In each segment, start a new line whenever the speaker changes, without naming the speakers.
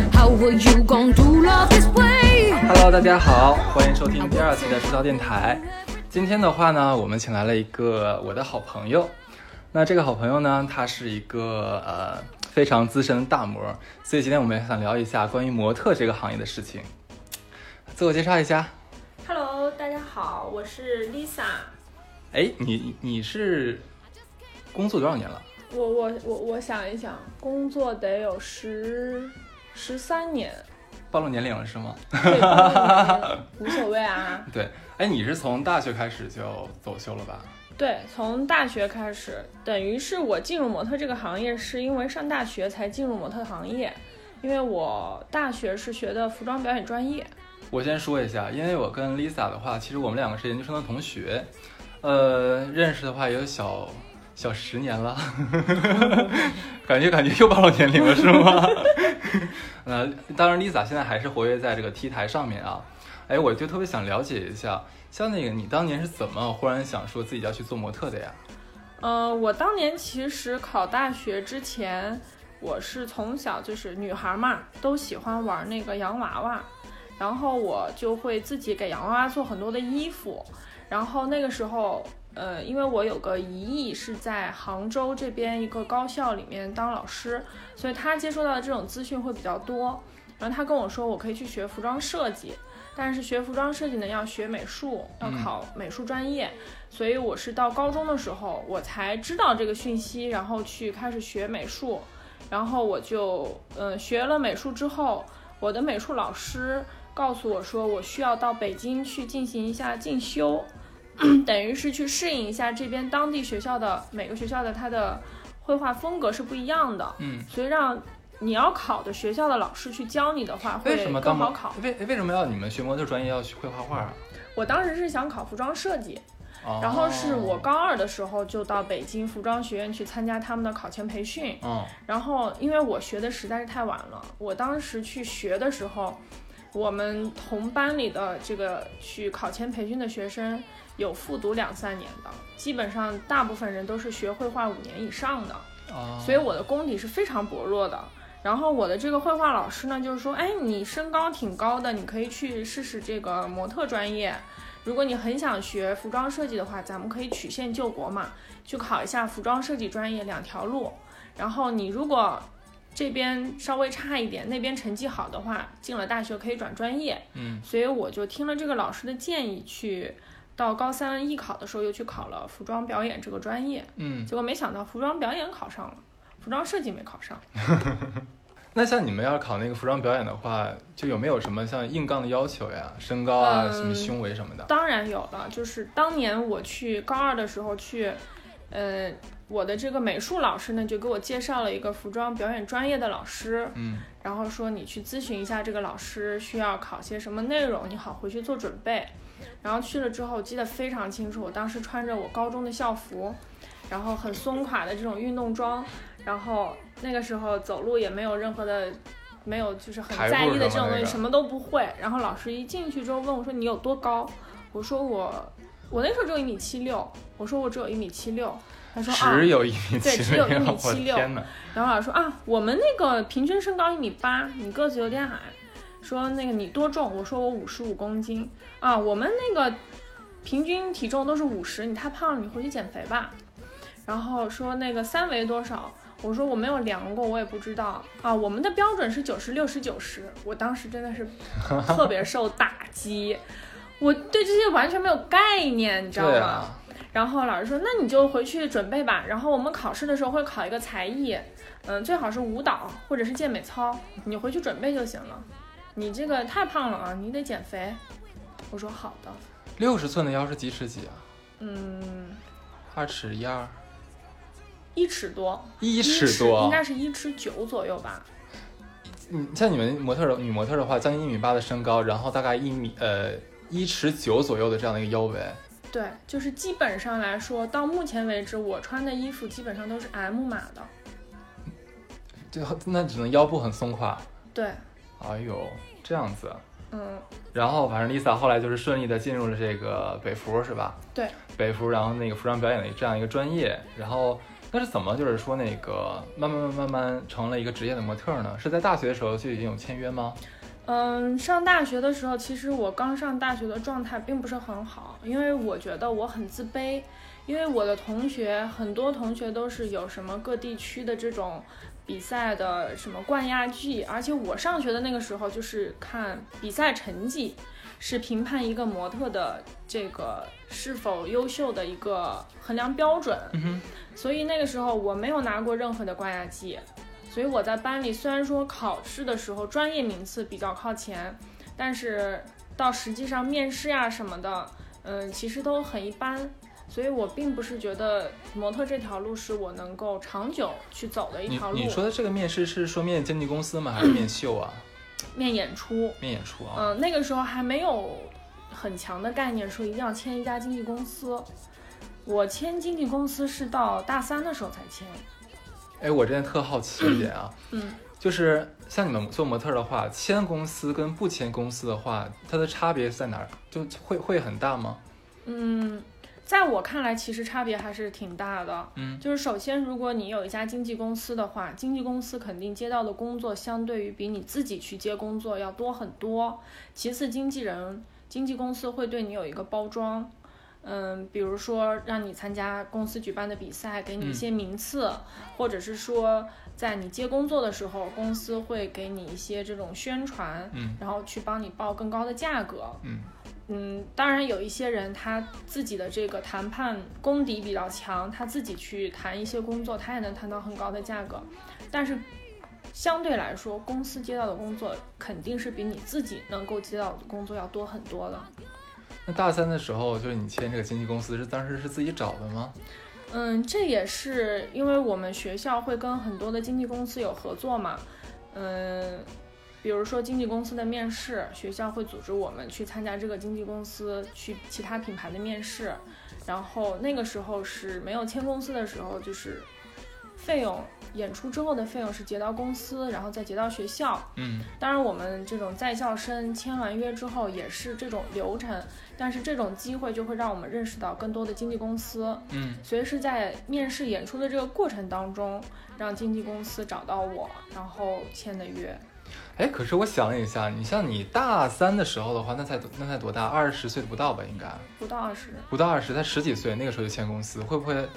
you gon' do love this way.
Hello，大家好，欢迎收听第二期的制造电台。今天的话呢，我们请来了一个我的好朋友。那这个好朋友呢，他是一个呃非常资深的大模，所以今天我们也想聊一下关于模特这个行业的事情。自我介绍一下。
Hello，大家好，我是 Lisa。
哎，你你是工作多少年了？
我我我我想一想，工作得有十十三 年，
暴露年龄了是吗？
对，工作无所谓啊。
对，哎，你是从大学开始就走秀了吧？
对，从大学开始，等于是我进入模特这个行业，是因为上大学才进入模特行业，因为我大学是学的服装表演专业。
我先说一下，因为我跟 Lisa 的话，其实我们两个是研究生的同学，呃，认识的话也有小小十年了， 感觉感觉又暴露年龄了是吗？ 呃，当然 Lisa 现在还是活跃在这个 T 台上面啊。哎，我就特别想了解一下，像那个你当年是怎么忽然想说自己要去做模特的呀？
呃，我当年其实考大学之前，我是从小就是女孩嘛，都喜欢玩那个洋娃娃，然后我就会自己给洋娃娃做很多的衣服，然后那个时候。呃，因为我有个姨姨是在杭州这边一个高校里面当老师，所以她接收到的这种资讯会比较多。然后她跟我说，我可以去学服装设计，但是学服装设计呢要学美术，要
嗯
考美术专业。所以我是到高中的时候，我才知道这个讯息，然后去开始学美术，然后我就嗯、呃学了美术之后，我的美术老师告诉我说，我需要到北京去进行一下进修， 等于是去适应一下这边当地学校的每个学校的它的绘画风格是不一样的，
嗯，
所以让你要考的学校的老师去教你的话，会
为什么当
更好
模
考。
为为什么要你们学模特专业要去会画画啊？
我当时是想考服装设计，
哦
然后是我，高二的时候就到北京服装学院去参加他们的考前培训，
嗯，
然后因为我学的实在是太晚了，我当时去学的时候，我们同班里的这个去考前培训的学生有复读两三年的，基本上大部分人都是学绘画五年以上的，
哦
所以我的功底是非常薄弱的。然后我的这个绘画老师呢，就是说，哎，你身高挺高的，你可以去试试这个模特专业。如果你很想学服装设计的话，咱们可以曲线救国嘛，去考一下服装设计专业两条路。然后你如果这边稍微差一点，那边成绩好的话，进了大学可以转专业。
嗯，
所以我就听了这个老师的建议去。到高三艺考的时候，又去考了服装表演这个专业，
嗯，
结果没想到服装表演考上了，服装设计没考上。
那像你们要是考那个服装表演的话，就有没有什么像硬杠的要求呀？身高啊，
嗯
什么胸围什么的？
当然有了，就是当年我去高二的时候去，呃，我的这个美术老师呢就给我介绍了一个服装表演专业的老师，
嗯
然后说你去咨询一下这个老师需要考些什么内容，你好回去做准备。然后去了之后，记得非常清楚，我当时穿着我高中的校服，然后很松垮的这种运动装，然后那个时候走路也没有任何的，没有就是很
抬步
在意的
什么
这种东
那
西，
个
什么都不会。然后老师一进去之后问我说你有多高，我说我我那时候只有一米七六，我说我只有一米七六，他说啊
只有一米
对
七
只有一
六，
米
我
七六
天哪！
然后老师说啊，我们那个平均身高一米八，你个子有点矮。说那个你多重？我说我五十五公斤啊。我们那个平均体重都是五十，你太胖了，你回去减肥吧。然后说那个三围多少？我说我没有量过，我也不知道啊。我们的标准是九十六十九十，我当时真的是特别受打击，我对这些完全没有概念，你知道吗？
对啊，
然后老师说，那你就回去准备吧。然后我们考试的时候会考一个才艺，嗯，最好是舞蹈或者是健美操，你回去准备就行了。你这个太胖了啊，你得减肥。我说好的，
六十寸的腰是几尺几啊？
嗯，
二尺一二，
一尺多，
一
一
尺
应
多。
该是一尺九左右吧。
嗯，像你们模特儿的女模特儿的话，将近一米八的身高，然后大概一米呃一尺九左右的这样的一个腰围。
对，就是基本上来说，到目前为止，我穿的衣服基本上都是 M 码的。
就那只能腰部很松垮。
对，
哎呦，这样子。啊
嗯，
然后反正 Lisa 后来就是顺利的进入了这个北服，是吧？
对，
北服，然后那个服装表演的这样一个专业，然后那是怎么就是说那个慢慢慢慢慢成了一个职业的模特呢？是在大学的时候就已经有签约吗？
嗯，上大学的时候，其实我刚上大学的状态并不是很好，因为我觉得我很自卑，因为我的同学很多同学都是有什么各地区的这种比赛的什么冠亚季，而且我上学的那个时候就是看比赛成绩，是评判一个模特的这个是否优秀的一个衡量标准，
嗯哼，
所以那个时候我没有拿过任何的冠亚季，所以我在班里虽然说考试的时候专业名次比较靠前，但是到实际上面试呀、什么的，嗯，其实都很一般。所以我并不是觉得模特这条路是我能够长久去走的一
你
条路。
你说的这个面试是说面经纪公司吗？还是面秀啊？
面演出，
面演出啊？
嗯，那个时候还没有很强的概念，说一定要签一家经纪公司。我签经纪公司是到大三的时候才签。
哎，我真的特好奇一点啊，
嗯，
就是像你们做模特的话，签公司跟不签公司的话，它的差别在哪儿？就会会很大吗？
嗯，在我看来，其实差别还是挺大的。
嗯
就是首先，如果你有一家经纪公司的话，经纪公司肯定接到的工作相对于比你自己去接工作要多很多。其次，经纪人、经纪公司会对你有一个包装，嗯，比如说让你参加公司举办的比赛，给你一些名次，或者是说在你接工作的时候，公司会给你一些这种宣传，
嗯
然后去帮你报更高的价格。
嗯
嗯，当然有一些人他自己的这个谈判功底比较强，他自己去谈一些工作，他也能谈到很高的价格。但是相对来说，公司接到的工作肯定是比你自己能够接到的工作要多很多的。
那大三的时候，就是你签这个经纪公司是当时是自己找的吗？
嗯，这也是因为我们学校会跟很多的经纪公司有合作嘛，嗯，比如说经纪公司的面试，学校会组织我们去参加这个经纪公司去其他品牌的面试，然后那个时候是没有签公司的时候，就是费用演出之后的费用是结到公司，然后再结到学校，
嗯，
当然，我们这种在校生签完约之后也是这种流程，但是这种机会就会让我们认识到更多的经纪公司。
嗯，
所以是在面试演出的这个过程当中，让经纪公司找到我，然后签的约。
哎，可是我想了一下，你像你大三的时候的话，那才多那才多大？二十岁不到吧，应该
不到二十，
不到二十，才十几岁，那个时候就签公司，会不会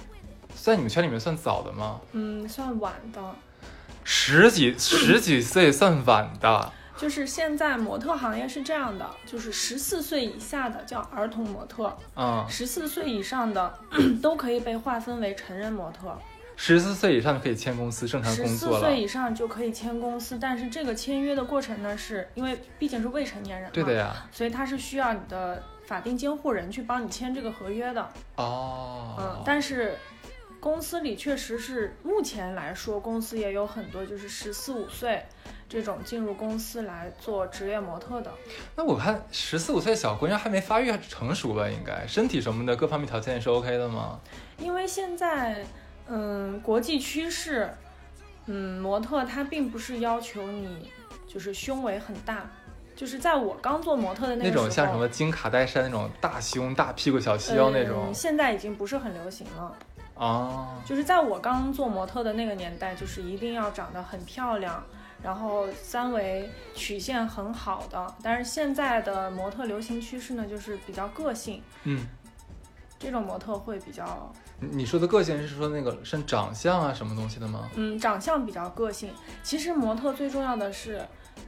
在你们圈里面算早的吗？
嗯，算晚的。
十几十几岁算晚的，
就是现在模特行业是这样的，就是十四岁以下的叫儿童模特，
嗯，
十四岁以上的 都可以被划分为成人模特。
十四岁以上就可以签公司正常
十
工
四
作了
岁。以上就可以签公司，但是这个签约的过程呢，是因为毕竟是未成年人嘛，
对的呀，
所以他是需要你的法定监护人去帮你签这个合约的。
哦，
嗯，但是公司里确实是目前来说，公司也有很多就是十四五岁这种进入公司来做职业模特的。
那我看十四五岁小姑娘还没发育成熟吧，应该身体什么的各方面条件也是 OK 的吗？
因为现在，嗯，国际趋势，嗯，模特它并不是要求你就是胸围很大，就是在我刚做模特的那
那
个时候，
种像什么金卡戴珊那种大胸大屁股小细腰那种
嗯，现在已经不是很流行了。
哦，
就是在我刚做模特的那个年代，就是一定要长得很漂亮，然后三围曲线很好的。但是现在的模特流行趋势呢，就是比较个性，
嗯，
这种模特会比较，
你你说的个性是说那个像长相啊什么东西的吗？
嗯，长相比较个性。其实模特最重要的是，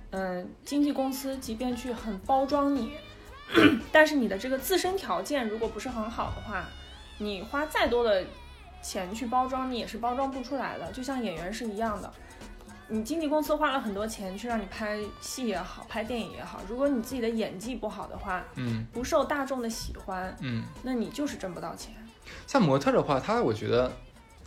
嗯，经纪公司即便去很包装你，但是你的这个自身条件如果不是很好的话，你花再多的钱去包装，你也是包装不出来的。就像演员是一样的，你经纪公司花了很多钱去让你拍戏也好，拍电影也好，如果你自己的演技不好的话，
嗯
不受大众的喜欢，
嗯，
那你就是挣不到钱。
像模特的话，她我觉得。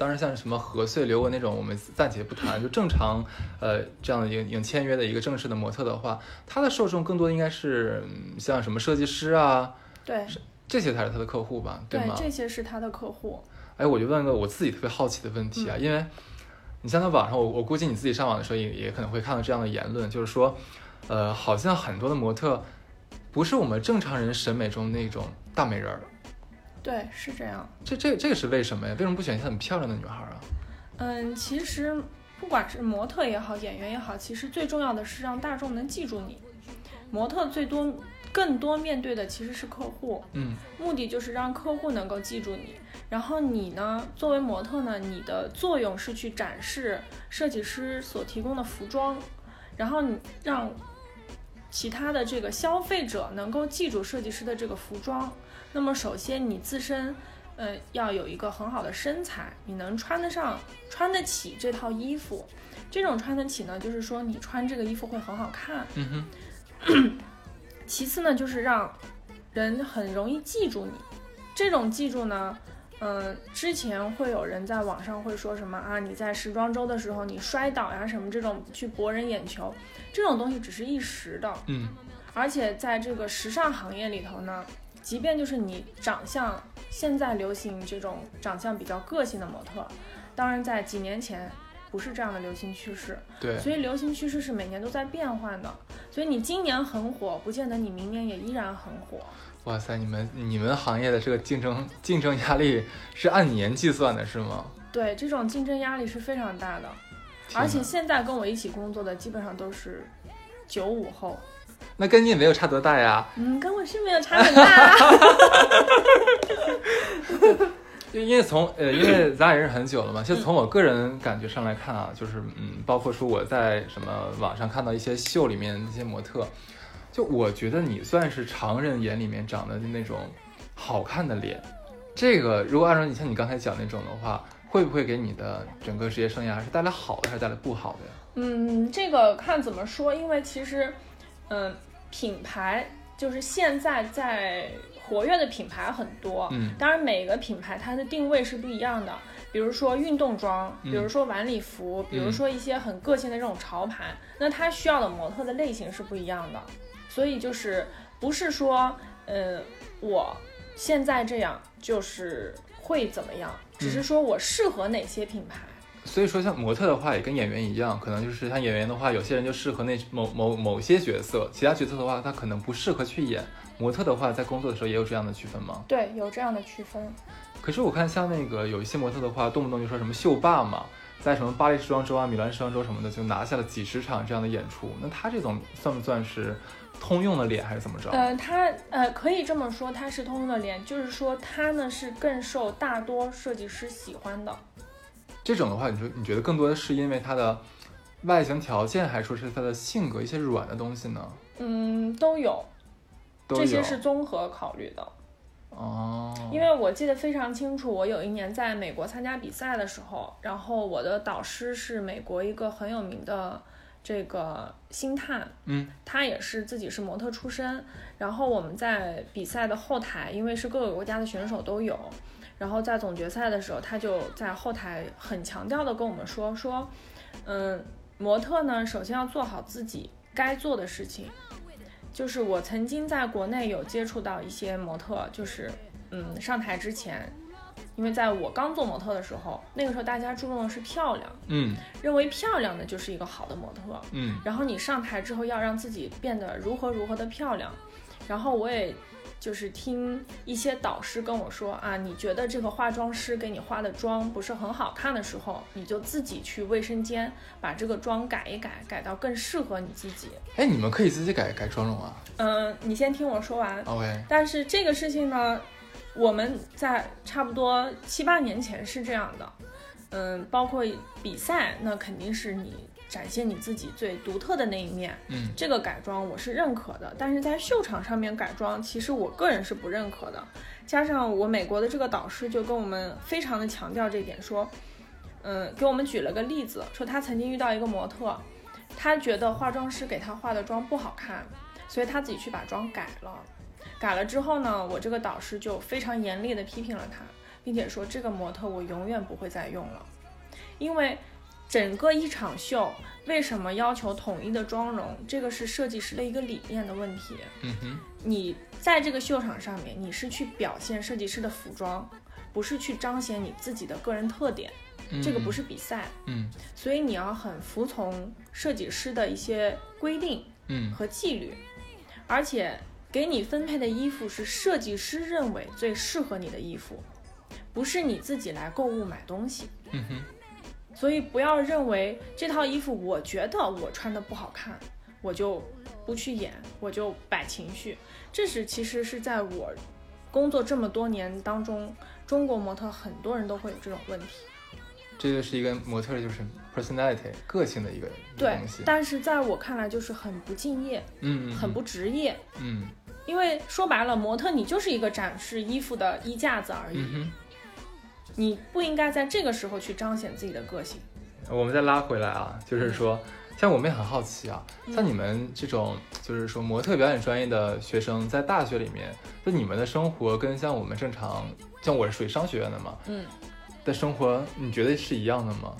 当然，像什么何穗、刘雯那种，我们暂且不谈。就正常，呃，这样的已经签约的一个正式的模特的话，她的受众更多应该是、嗯像什么设计师啊，
对
这些才是她的客户吧，
对
吗？
这些是他的客户。
哎，我就问个我自己特别好奇的问
嗯
题啊，因为你像在网上，我我估计你自己上网的时候也也可能会看到这样的言论，就是说，呃，好像很多的模特不是我们正常人审美中那种大美人儿，
对，是这样。
这这这个是为什么呀？为什么不选一些很漂亮的女孩儿啊？
嗯，其实不管是模特也好，演员也好，其实最重要的是让大众能记住你。模特最多更多面对的其实是客户，
嗯
目的就是让客户能够记住你。然后你呢，作为模特呢，你的作用是去展示设计师所提供的服装，然后你让其他的这个消费者能够记住设计师的这个服装。那么首先你自身，呃，要有一个很好的身材，你能穿得上、穿得起这套衣服。这种穿得起呢，就是说你穿这个衣服会很好看。
嗯哼，
其次呢，就是让人很容易记住你。这种记住呢，嗯、之前会有人在网上会说什么啊，你在时装周的时候你摔倒呀什么这种去博人眼球，这种东西只是一时的。
嗯
而且在这个时尚行业里头呢，即便就是你长相现在流行这种长相比较个性的模特，当然在几年前不是这样的流行趋势，
对，
所以流行趋势是每年都在变换的。所以你今年很火，不见得你明年也依然很火。
哇塞，你们你们行业的这个竞争竞争压力是按年计算的是吗？
对，这种竞争压力是非常大的。
天
而且
哪
现在跟我一起工作的基本上都是九五后，
那跟你也没有差多大呀，
嗯，跟我是没有差很 大。
因因为从呃，因为咱俩认识很久了嘛，就从我个人感觉上来看啊，就是嗯，包括说我在什么网上看到一些秀里面那些模特，就我觉得你算是常人眼里面长得那种好看的脸，这个如果按照你像你刚才讲那种的话，会不会给你的整个职业生涯是带来好的还是带来不好的呀？
嗯，这个看怎么说，因为其实，嗯，品牌就是现在在活跃的品牌很多，
嗯
当然每个品牌它的定位是不一样的，比如说运动装，
嗯
比如说晚礼服，比如说一些很个性的这种潮牌，那它需要的模特的类型是不一样的，所以就是不是说，呃，我现在这样就是会怎么样，只是说我适合哪些品牌。
所以说，像模特的话，也跟演员一样，可能就是像演员的话，有些人就适合那某某某些角色，其他角色的话，他可能不适合去演。模特的话，在工作的时候也有这样的区分吗？
对，有这样的区分。
可是我看像那个有一些模特的话，动不动就说什么秀霸嘛，在什么巴黎时装周啊、米兰时装周什么的，就拿下了几十场这样的演出。那他这种算不算是通用的脸，还是怎么着？
呃，它呃可以这么说，它是通用的脸，就是说它呢是更受大多设计师喜欢的。
这种的话，你说你觉得更多的是因为他的外形条件，还是说是他的性格一些软的东西呢？
嗯，都有，
都有
这些是综合考虑的。
哦，
因为我记得非常清楚，我有一年在美国参加比赛的时候，然后我的导师是美国一个很有名的这个星探，
嗯
他也是自己是模特出身，然后我们在比赛的后台，因为是各个国家的选手都有，然后在总决赛的时候，他就在后台很强调的跟我们说说，嗯，模特呢，首先要做好自己该做的事情。就是我曾经在国内有接触到一些模特，就是嗯，上台之前，因为在我刚做模特的时候，那个时候大家注重的是漂亮，
嗯
认为漂亮的就是一个好的模特，
嗯
然后你上台之后要让自己变得如何如何的漂亮。然后我也就是听一些导师跟我说啊，你觉得这个化妆师给你化的妆不是很好看的时候，你就自己去卫生间把这个妆改一改，改到更适合你自己。
哎，你们可以自己改改妆容啊。
嗯，你先听我说完。
OK，
但是这个事情呢，我们在差不多七八年前是这样的，嗯，包括比赛，那肯定是你展现你自己最独特的那一面。
嗯
这个改装我是认可的，但是在秀场上面改装，其实我个人是不认可的。加上我美国的这个导师就跟我们非常的强调这一点，说，嗯，给我们举了个例子，说他曾经遇到一个模特，他觉得化妆师给他化的妆不好看，所以他自己去把妆改了。改了之后呢，我这个导师就非常严厉的批评了他，并且说这个模特我永远不会再用了，因为整个一场秀为什么要求统一的妆容，这个是设计师的一个理念的问题。
嗯哼，
你在这个秀场上面，你是去表现设计师的服装，不是去彰显你自己的个人特点，
嗯
这个不是比赛，
嗯
所以你要很服从设计师的一些规定。
嗯
和纪律，而且给你分配的衣服是设计师认为最适合你的衣服，不是你自己来购物买东西。
嗯哼，
所以不要认为这套衣服我觉得我穿的不好看，我就不去演，我就摆情绪。这是其实是在我工作这么多年当中，中国模特很多人都会有这种问题。
这就是一个模特儿，就是 personality 个性的一个
对
东西，。嗯
但是在我看来就是很不敬业，
嗯，嗯
很不职业。
嗯
因为说白了，模特你就是一个展示衣服的衣架子而已，
嗯
你不应该在这个时候去彰显自己的个性。
哼。我们再拉回来啊，就是说，像我们也很好奇啊，
嗯
像你们这种就是说模特表演专业的学生，在大学里面，就你们的生活跟像我们正常，像我是属于商学院的嘛，
嗯，
的生活你觉得是一样的吗？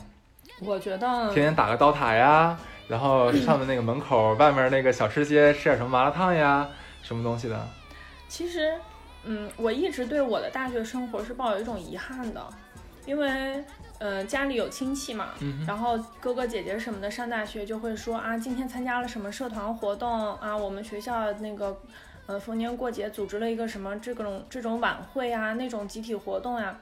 我觉得
天天打个刀塔呀，然后上的那个门口、外面那个小吃街吃点什么麻辣烫呀，什么东西的？
其实，嗯，我一直对我的大学生活是抱有一种遗憾的，因为，呃，家里有亲戚嘛，
嗯哼，
然后哥哥姐姐什么的上大学就会说啊，今天参加了什么社团活动啊，我们学校那个，呃，逢年过节组织了一个什么这种这种晚会啊，那种集体活动呀、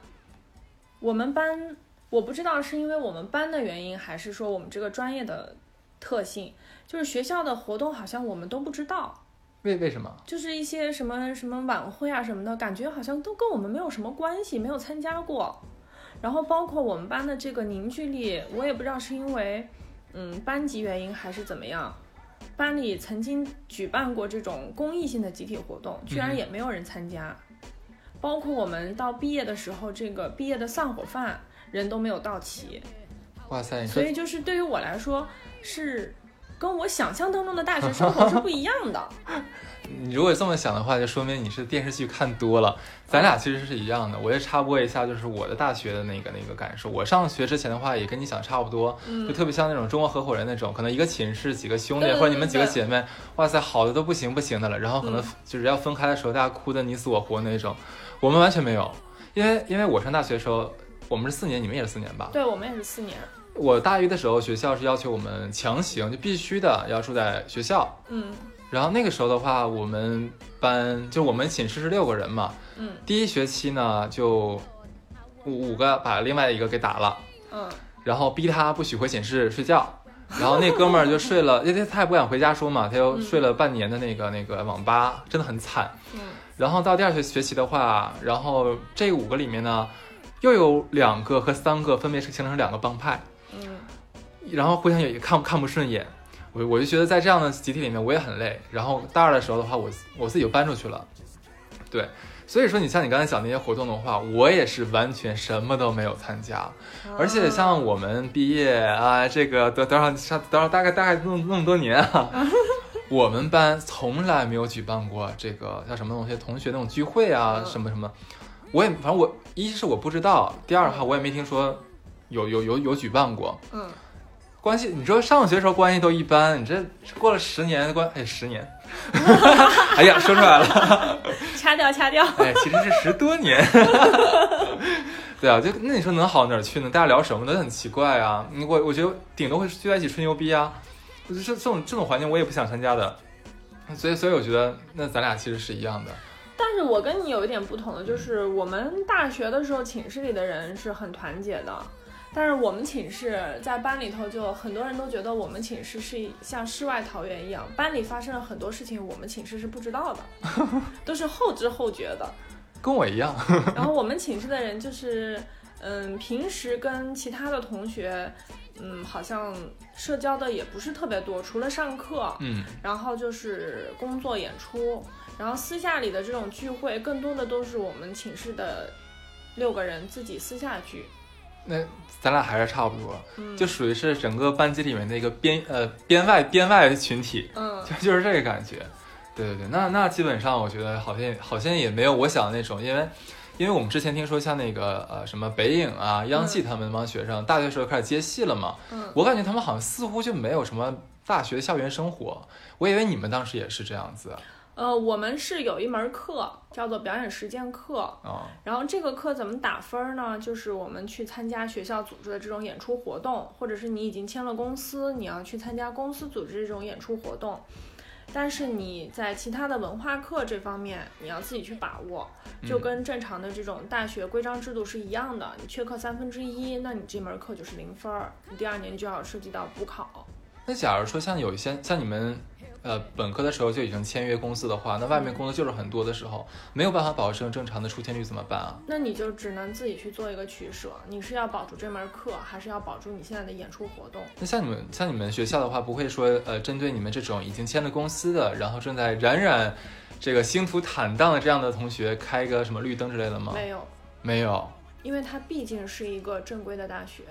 我们班我不知道是因为我们班的原因，还是说我们这个专业的特性，就是学校的活动好像我们都不知道。
为为什么？
就是一些什么什么晚会啊什么的，感觉好像都跟我们没有什么关系，没有参加过。然后包括我们班的这个凝聚力，我也不知道是因为嗯班级原因还是怎么样，班里曾经举办过这种公益性的集体活动，居然也没有人参加。包括我们到毕业的时候，这个毕业的散伙饭人都没有到齐，
哇塞，你
所
说
以就是对于我来说是。跟我想象当中的大学生活是不一样的，
你如果这么想的话，就说明你是电视剧看多了。咱俩其实是一样的。我也插播一下，就是我的大学的那个那个感受。我上学之前的话，也跟你想差不多，
嗯
就，特别像那种中国合伙人那种，可能一个寝室几个兄弟
对对
或者你们
对
几个
对
姐妹，哇塞，好的都不行不行的了。然后可能
嗯
就是要分开的时候，大家哭的你死我活那种。我们完全没有，因为因为我上大学的时候，我们是四年，你们也是四年吧？
对我们也是四年，
我大一的时候，学校是要求我们强行就必须的要住在学校。
嗯
然后那个时候的话，我们班就我们寝室是六个人嘛，
嗯
第一学期呢就五五个把另外一个给打了，
嗯
然后逼他不许回寝室睡觉，然后那哥们儿就睡了，因为他也不敢回家说嘛，他就
嗯
睡了半年的那个那个网吧，真的很惨。
嗯
然后到第二学学期的话，然后这五个里面呢，又有两个和三个分别是形成两个帮派，
嗯
然后互相也也看看不顺眼，我我就觉得在这样的集体里面我也很累。然后大二的时候的话，我我自己就搬出去了，对，所以说你像你刚才讲那些活动的话，我也是完全什么都没有参加，而且像我们毕业啊，这个多多少上多少大概大概那么那么多年啊。我们班从来没有举办过这个叫什么东西，同学那种聚会啊，
嗯
什么什么，我也反正我一是我不知道，第二的话我也没听说有有有有举办过，
嗯
关系，你说上学的时候关系都一般，你这过了十年关，哎，十年， 哎呀，说出来了，
掐掉掐掉，
哎，其实是十多年， 对啊，就那你说能好到哪儿去呢？大家聊什么都很奇怪啊，嗯我我觉得顶多会聚在一起吹牛逼啊，我就这这种这种环境我也不想参加的，所以所以我觉得那咱俩其实是一样的，
但是我跟你有一点不同的就是，我们大学的时候寝室里的人是很团结的，但是我们寝室在班里头就很多人都觉得我们寝室是一像世外桃源一样，班里发生了很多事情，我们寝室是不知道的，都是后知后觉的。
跟我一样，
然后我们寝室的人就是，嗯，平时跟其他的同学，嗯，好像社交的也不是特别多，除了上课，
嗯，
然后就是工作演出，然后私下里的这种聚会，更多的都是我们寝室的六个人自己私下聚，
那咱俩还是差不多，
嗯，
就属于是整个班级里面的一个边呃边外边外群体，
嗯
就就是这个感觉。对对对，那那基本上我觉得好像好像也没有我想的那种，因为因为我们之前听说像那个呃什么北影啊、央戏他们那帮学生，大学时候开始接戏了嘛，
嗯，
我感觉他们好像似乎就没有什么大学校园生活，我以为你们当时也是这样子啊、
呃，我们是有一门课叫做表演实践课，
哦
然后这个课怎么打分呢？就是我们去参加学校组织的这种演出活动，或者是你已经签了公司，你要去参加公司组织这种演出活动。但是你在其他的文化课这方面，你要自己去把握，就
嗯
跟正常的这种大学规章制度是一样的。你缺课三分之一，那你这门课就是零分儿，你第二年就要涉及到补考。
那假如说像有一些像你们，呃，本科的时候就已经签约公司的话，那外面工作就是很多的时候，没有办法保证正常的出勤率怎么办啊？
那你就只能自己去做一个取舍，你是要保住这门课，还是要保住你现在的演出活动？
那像你们像你们学校的话，不会说呃，针对你们这种已经签了公司的，然后正在冉冉这个星途坦荡的这样的同学，开个什么绿灯之类的吗？
没有，
没有。
因为它毕竟是一个正规的大学，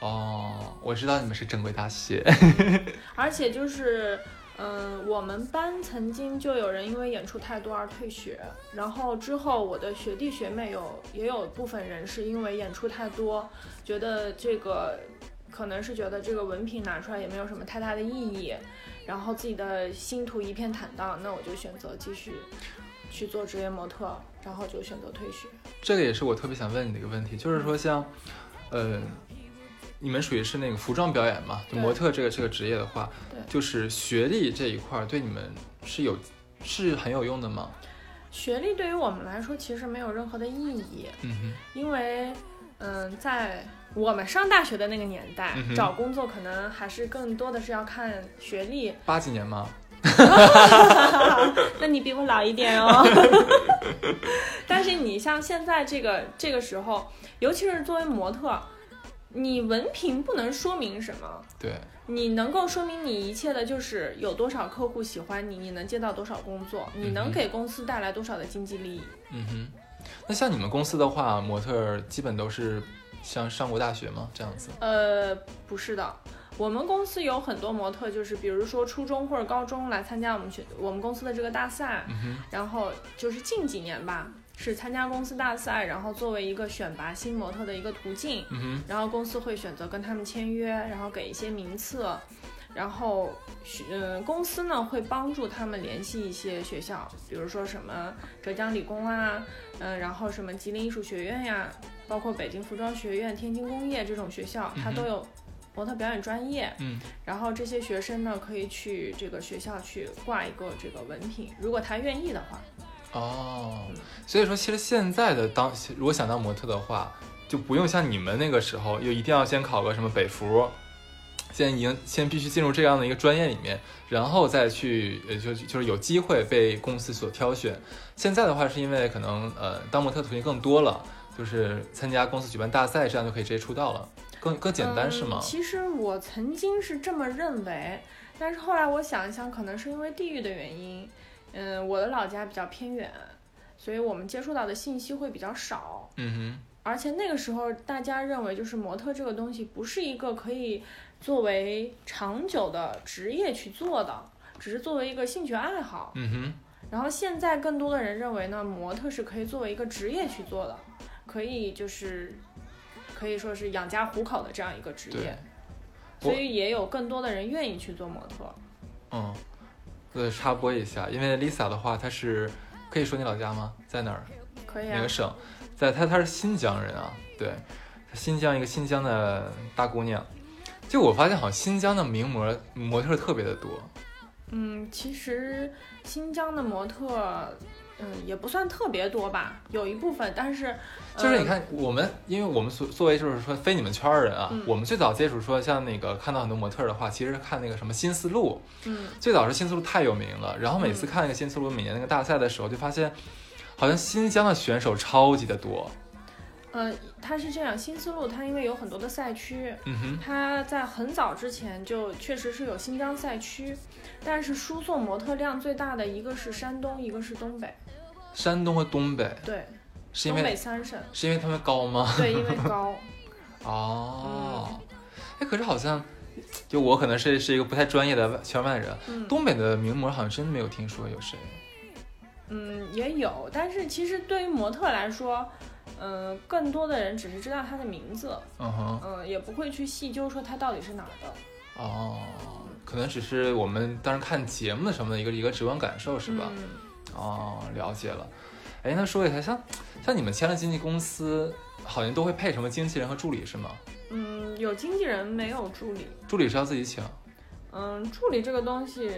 哦，我知道你们是正规大学。
而且就是，嗯、我们班曾经就有人因为演出太多而退学，然后之后我的学弟学妹有也有部分人是因为演出太多，觉得这个可能是觉得这个文凭拿出来也没有什么太大的意义，然后自己的星途一片坦荡，那我就选择继续去做职业模特，然后就选择退学。
这个也是我特别想问你的一个问题，就是说像，呃，你们属于是那个服装表演嘛，就
对
模特这个这个职业的话
对，
就是学历这一块儿对你们是有是很有用的吗？
学历对于我们来说其实没有任何的意义，
嗯哼，
因为，嗯，在我们上大学的那个年代，
嗯哼
找工作可能还是更多的是要看学历。
八几年吗？
那你比我老一 点哦。但是你像现在这个这个时候，尤其是作为模特，你文凭不能说明什么。
对，
你能够说明你一切的就是有多少客户喜欢你，你能接到多少工作，你
嗯
能
哼
给公司带来多少的经济利益。
嗯哼。那像你们公司的话，模特儿基本都是像上过大学吗？这样子？
呃，不是的，我们公司有很多模特，就是比如说初中或者高中来参加我们学我们公司的这个大赛，
嗯哼，
然后就是近几年吧，是参加公司大赛，然后作为一个选拔新模特的一个途径，
嗯哼。
然后公司会选择跟他们签约，然后给一些名次。然后，嗯，公司呢会帮助他们联系一些学校，比如说什么浙江理工啊，嗯，然后什么吉林艺术学院呀、包括北京服装学院、天津工业这种学校，它
嗯哼
都有模特表演专业。
嗯，
然后这些学生呢可以去这个学校去挂一个这个文凭，如果他愿意的话。
哦，所以说其实现在的当如果想当模特的话，就不用像你们那个时候，又一定要先考个什么北服，先已经先必须进入这样的一个专业里面，然后再去呃就就是有机会被公司所挑选。现在的话是因为可能呃当模特途径更多了，就是参加公司举办大赛，这样就可以直接出道了，更更简单、是吗
嗯？？其实我曾经是这么认为，但是后来我想一想，可能是因为地域的原因，嗯，我的老家比较偏远，所以我们接触到的信息会比较少。
嗯
而且那个时候，大家认为就是模特这个东西不是一个可以作为长久的职业去做的，只是作为一个兴趣爱好
哼，。嗯哼。
然后现在更多的人认为呢，模特是可以作为一个职业去做的，可以就是可以说是养家糊口的这样一个职
对
业，
我
所以也有更多的人愿意去做模特。
嗯，呃，插播一下，因为 Lisa 的话，她是可以说你老家吗？在哪儿？
可以
哪
啊
个，省？在她她是新疆人啊，对，新疆一个新疆的大姑娘。就我发现，好像新疆的名模模特儿特别的多。
嗯，其实新疆的模特，嗯，也不算特别多吧，有一部分，但是
就是你
呃
看，我们因为我们所作为就是说非你们圈儿人啊，
嗯
我们最早接触说像那个看到很多模特儿的话，其实是看那个什么新丝路，
嗯，
最早是新丝路太有名了，然后每次看那个新丝路每年那个大赛的时候，就发现好像新疆的选手超级的多。
呃，它是这样，新丝路它因为有很多的赛区，
嗯哼，
它在很早之前就确实是有新疆赛区，但是输送模特量最大的一个是山东，一个是东北，
山东和东北
对，
是因
东北
为
三省，
是因为他们高吗？
对，因为 高，
哦，哎，可是好像就我可能是是一个不太专业的外圈外人，
嗯
东北的名模好像真没有听说有谁。
嗯，也有，但是其实对于模特来说，嗯、更多的人只是知道他的名字，
嗯哼，
嗯、也不会去细究说他到底是哪儿的，
哦，可能只是我们当时看节目的什么的一个一个直观感受是吧？
嗯
哦，了解了。哎，那说一下，像像你们签了经纪公司，好像都会配什么经纪人和助理是吗？
嗯，有经纪人没有助理，
助理是要自己请。
嗯，助理这个东西，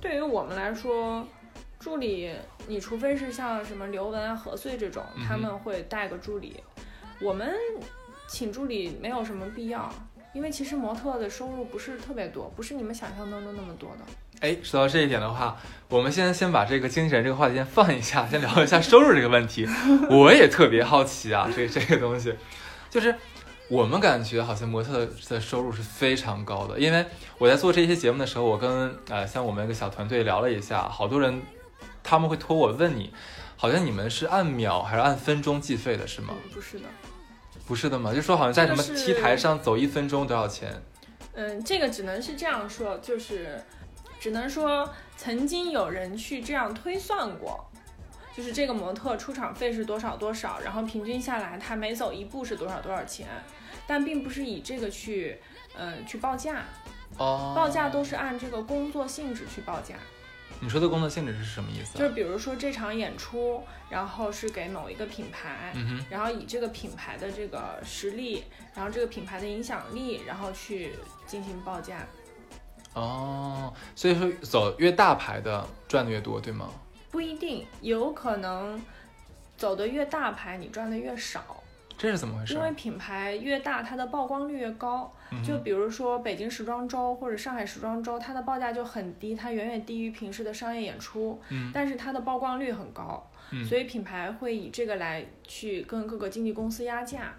对于我们来说，助理，你除非是像什么刘雯啊、何穗这种
嗯，哼
他们会带个助理。我们请助理没有什么必要，因为其实模特的收入不是特别多，不是你们想象当中那么多的。
哎，说到这一点的话，我们先先把这个精神这个话题先放一下，先聊一下收入这个问题。我也特别好奇啊，这这个东西，就是我们感觉好像模特的收入是非常高的，因为我在做这些节目的时候，我跟呃像我们一个小团队聊了一下，好多人他们会托我问你，好像你们是按秒还是按分钟计费的是吗？
嗯不是的，
不是的吗？就说好像在什么
这个是
T 台上走一分钟多少钱？
嗯，这个只能是这样说，就是只能说曾经有人去这样推算过，就是这个模特出场费是多少多少，然后平均下来他每走一步是多少多少钱，但并不是以这个去，呃，去报价，
哦，
报价都是按这个工作性质去报价，
你说的工作性质是什么意思、
就
啊？
是比如说这场演出，然后是给某一个品牌，
嗯哼。
然后以这个品牌的这个实力，然后这个品牌的影响力，然后去进行报价。
哦，所以说走越大牌的赚的越多，对吗？
不一定，有可能走的越大牌，你赚的越少，
这是怎么回事
因？为品牌越大，它的曝光率越高。
嗯哼
就比如说北京时装周或者上海时装周，它的报价就很低，它远远低于平时的商业演出，
嗯
但是它的曝光率很高，
嗯
所以品牌会以这个来去跟各个经纪公司压价。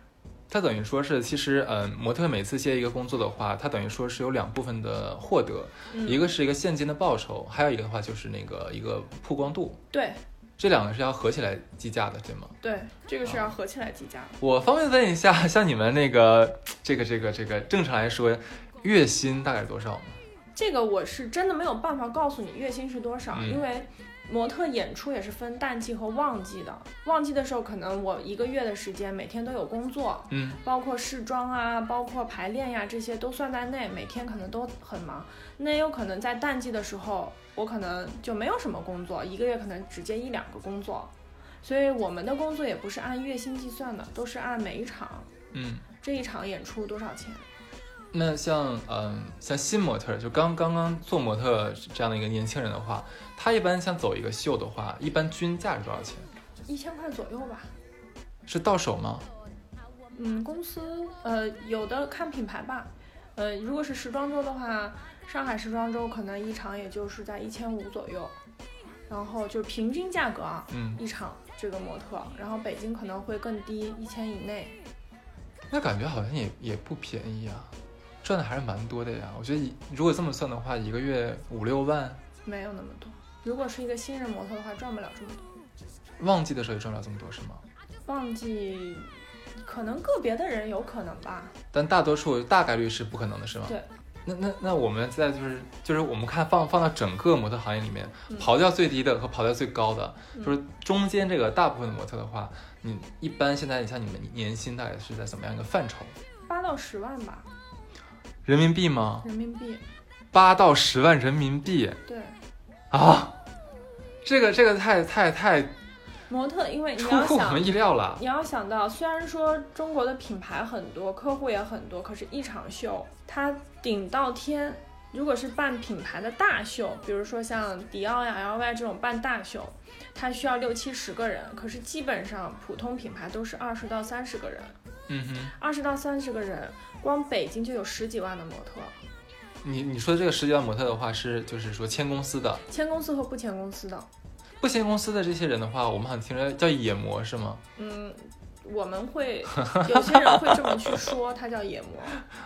它等于说是，其实，嗯、模特每次接一个工作的话，它等于说是有两部分的获得，
嗯
一个是一个现金的报酬，还有一个的话就是那个一个曝光度，
对
这两个是要合起来计价的，对吗？
对，这个是
哦
要合起来计价的。
我方便问一下， 像你们那个这个这个这个，正常来说，月薪大概多少吗？
这个我是真的没有办法告诉你月薪是多少，
嗯
因为模特演出也是分淡季和旺季的。旺季的时候，可能我一个月的时间每天都有工作，
嗯，
包括试妆啊，包括排练呀、这些都算在内，每天可能都很忙。那也有可能在淡季的时候，我可能就没有什么工作，一个月可能只接一两个工作。所以我们的工作也不是按月薪计算的，都是按每一场
嗯。
这一场演出多少钱。
那像嗯、像新模特儿，就刚刚刚做模特这样的一个年轻人的话，他一般像走一个秀的话，一般均价是多少钱？
一千块左右吧，
是到手吗？
嗯，公司呃有的看品牌吧，呃，如果是时装周的话，上海时装周可能一场也就是在一千五左右，然后就是平均价格啊，
嗯，
一场这个模特，然后北京可能会更低，一千以内。
那感觉好像也也不便宜啊，赚的还是蛮多的呀。我觉得一如果这么算的话，一个月五六万，
没有那么多。如果是一个新人模特的话，赚不了这么多。
旺季的时候也赚不了这么多是吗？
旺季可能个别的人有可能吧，
但大多数大概率是不可能的是吗？
对。
那那那我们在就是就是我们看放放到整个模特行业里面，
嗯
刨掉最低的和刨掉最高的，
嗯
就是中间这个大部分的模特的话，你一般现在你像你们年薪大概是在怎么样一个范畴？
八到十万吧，
人民币吗？
人民币。
八到十万人民币
对，
啊！这个这个太太太
模特因哎为你
出
要
乎 我
想
们意料了。
你要想到，虽然说中国的品牌很多，客户也很多，可是一场秀它顶到天。如果是办品牌的大秀，比如说像迪奥呀、LY 这种办大秀，它需要六七十个人，可是基本上普通品牌都是二十到三十个人，
嗯哼，
二十到三十个人，光北京就有十几万的模特，
你你说这个十几万模特的话是就是说签公司的，
签公司和不签公司的，
不签公司的这些人的话，我们好像听着叫野模是吗？
嗯，我们会有些人会这么去说，它叫野模，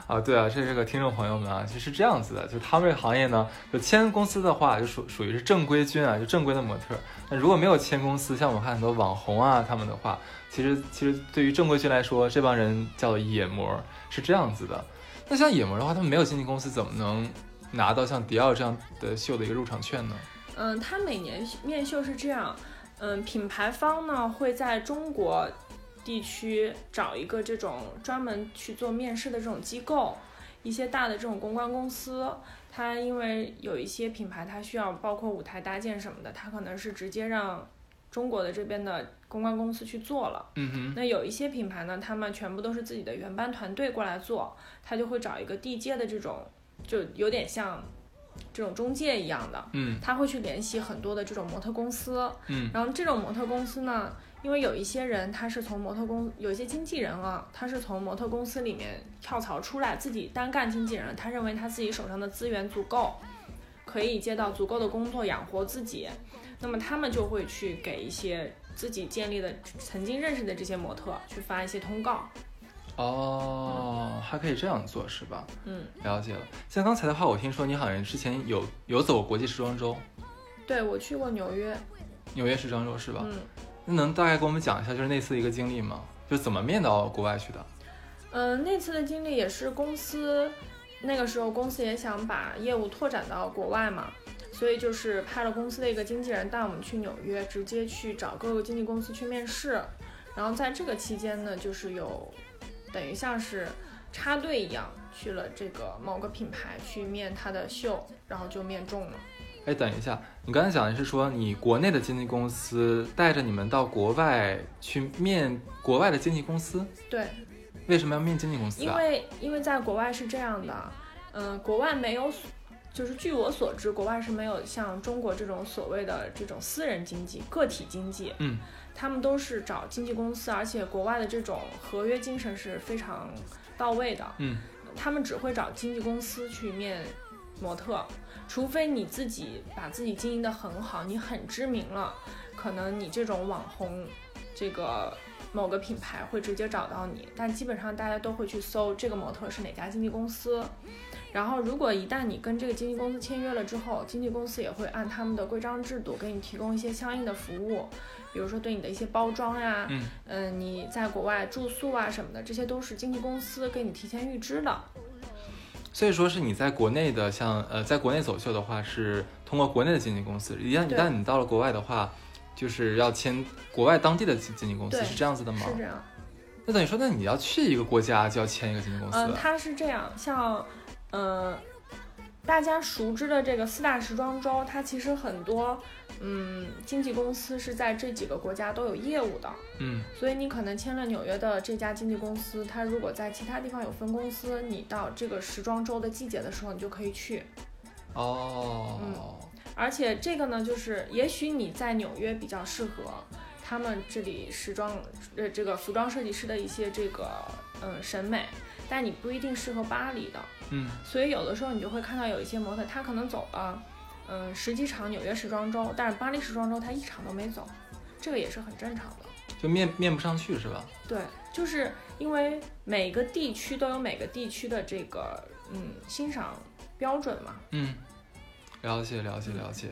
啊，对啊，这是个听众朋友们啊，就是这样子的，就他们这个行业呢，就签公司的话，就属属于是正规军啊，就正规的模特儿。那如果没有签公司，像我看很多网红啊，他们的话，其实其实对于正规军来说，这帮人叫做野模，是这样子的。那像野模的话，他们没有经纪公司，怎么能拿到像迪奥这样的秀的一个入场券呢？
嗯，它每年面秀是这样，嗯，品牌方呢会在中国地区找一个这种专门去做面试的这种机构，一些大的这种公关公司，它因为有一些品牌它需要包括舞台搭建什么的，它可能是直接让中国的这边的公关公司去做了。
嗯
那有一些品牌呢，他们全部都是自己的原班团队过来做，他就会找一个地接的这种，就有点像这种中介一样的，
嗯
他会去联系很多的这种模特公司，
嗯
然后这种模特公司呢，因为有一些人他是从模特公，有一些经纪人啊，他是从模特公司里面跳槽出来，自己单干经纪人，他认为他自己手上的资源足够，可以接到足够的工作养活自己，那么他们就会去给一些自己建立的、曾经认识的这些模特去发一些通告，
哦，还可以这样做是吧？
嗯，
了解了。像刚才的话，我听说你好像之前有有走过国际时装周，
对我去过纽约，
纽约时装周是吧？
嗯。
那能大概给我们讲一下就是那次一个经历吗？就怎么面到国外去的？
嗯，那次的经历也是公司，那个时候公司也想把业务拓展到国外嘛，所以就是派了公司的一个经纪人带我们去纽约，直接去找各个经纪公司去面试。然后在这个期间呢，就是有等于像是插队一样去了这个某个品牌去面他的秀，然后就面中了。
哎，等一下，你刚才讲的是说你国内的经纪公司带着你们到国外去面国外的经纪公司，
对，
为什么要面经纪公司
因
啊？
为因为在国外是这样的，嗯、国外没有所，就是据我所知，国外是没有像中国这种所谓的这种私人经济、个体经济，
嗯，
他们都是找经纪公司，而且国外的这种合约精神是非常到位的，
嗯，
他们只会找经纪公司去面模特，除非你自己把自己经营的很好，你很知名了，可能你这种网红，这个某个品牌会直接找到你，但基本上大家都会去搜这个模特是哪家经纪公司。然后，如果一旦你跟这个经纪公司签约了之后，经纪公司也会按他们的规章制度给你提供一些相应的服务，比如说对你的一些包装呀，
嗯
嗯你在国外住宿啊什么的，这些都是经纪公司给你提前预支的。
所以说是你在国内的像呃，在国内走秀的话是通过国内的经纪公司，一旦一
对
旦你到了国外的话，就是要签国外当地的经经纪公司，
对
是这样子的吗？
是这样，
那等于说，那你要去一个国家就要签一个经纪公司，
嗯，它是这样，像，嗯，大家熟知的这个四大时装周，它其实很多，嗯，经纪公司是在这几个国家都有业务的，
嗯
所以你可能签了纽约的这家经纪公司，它如果在其他地方有分公司，你到这个时装周的季节的时候，你就可以去。
哦，
嗯而且这个呢，就是也许你在纽约比较适合，他们这里时装呃这个服装设计师的一些这个嗯审美，但你不一定适合巴黎的。
嗯
所以有的时候你就会看到有一些模特，他可能走了，嗯，十几场纽约时装周，但是巴黎时装周他一场都没走，这个也是很正常的。
就面面不上去是吧？
对，就是因为每个地区都有每个地区的这个嗯欣赏标准嘛。
嗯，了解了解了解。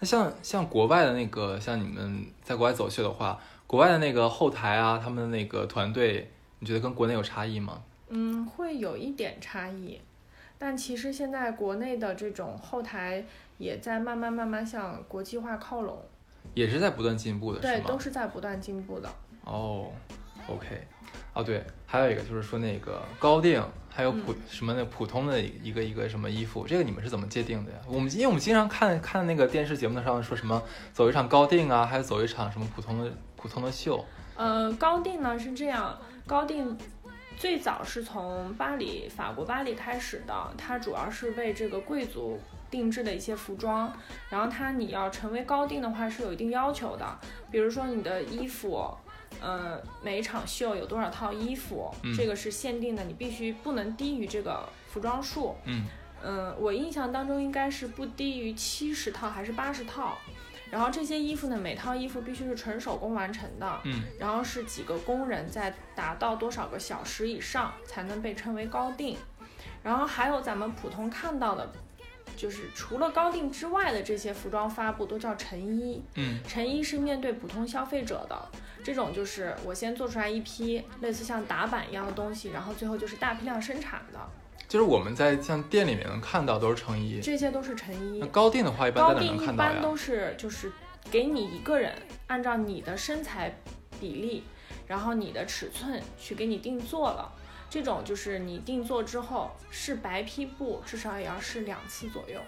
那像像国外的那个，像你们在国外走秀的话，国外的那个后台啊，他们的那个团队，你觉得跟国内有差异吗？
嗯，会有一点差异，但其实现在国内的这种后台也在慢慢慢慢向国际化靠拢，
也是在不断进步的，
对，
吗？
都是在不断进步的。
哦，OK，啊对，还有一个就是说那个高定，还有
嗯
普、什么那普通的一个一个什么衣服，这个你们是怎么界定的呀？我们因为我们经常看看那个电视节目上说什么走一场高定啊，还有走一场什么普通的普通的秀，
呃，高定呢是这样，高定最早是从巴黎，法国巴黎开始的，它主要是为这个贵族定制的一些服装。然后它你要成为高定的话是有一定要求的，比如说你的衣服。呃，每一场秀有多少套衣服，
嗯
这个是限定的，你必须不能低于这个服装数。
嗯，
嗯，我印象当中应该是不低于七十套还是八十套。然后这些衣服呢，每套衣服必须是纯手工完成的，
嗯，
然后是几个工人在达到多少个小时以上才能被称为高定。然后还有咱们普通看到的，就是除了高定之外的这些服装发布都叫成衣，
嗯，
成衣是面对普通消费者的。这种就是我先做出来一批类似像打板一样的东西，然后最后就是大批量生产的，
就是我们在像店里面能看到都是成衣，
这些都是成衣
那。高定的话一般在
高
哪
定
能
一
看到
般
呀？
都是就是给你一个人，按照你的身材比例，然后你的尺寸去给你定做了。这种就是你定做之后试白坯布，至少也要试两次左右。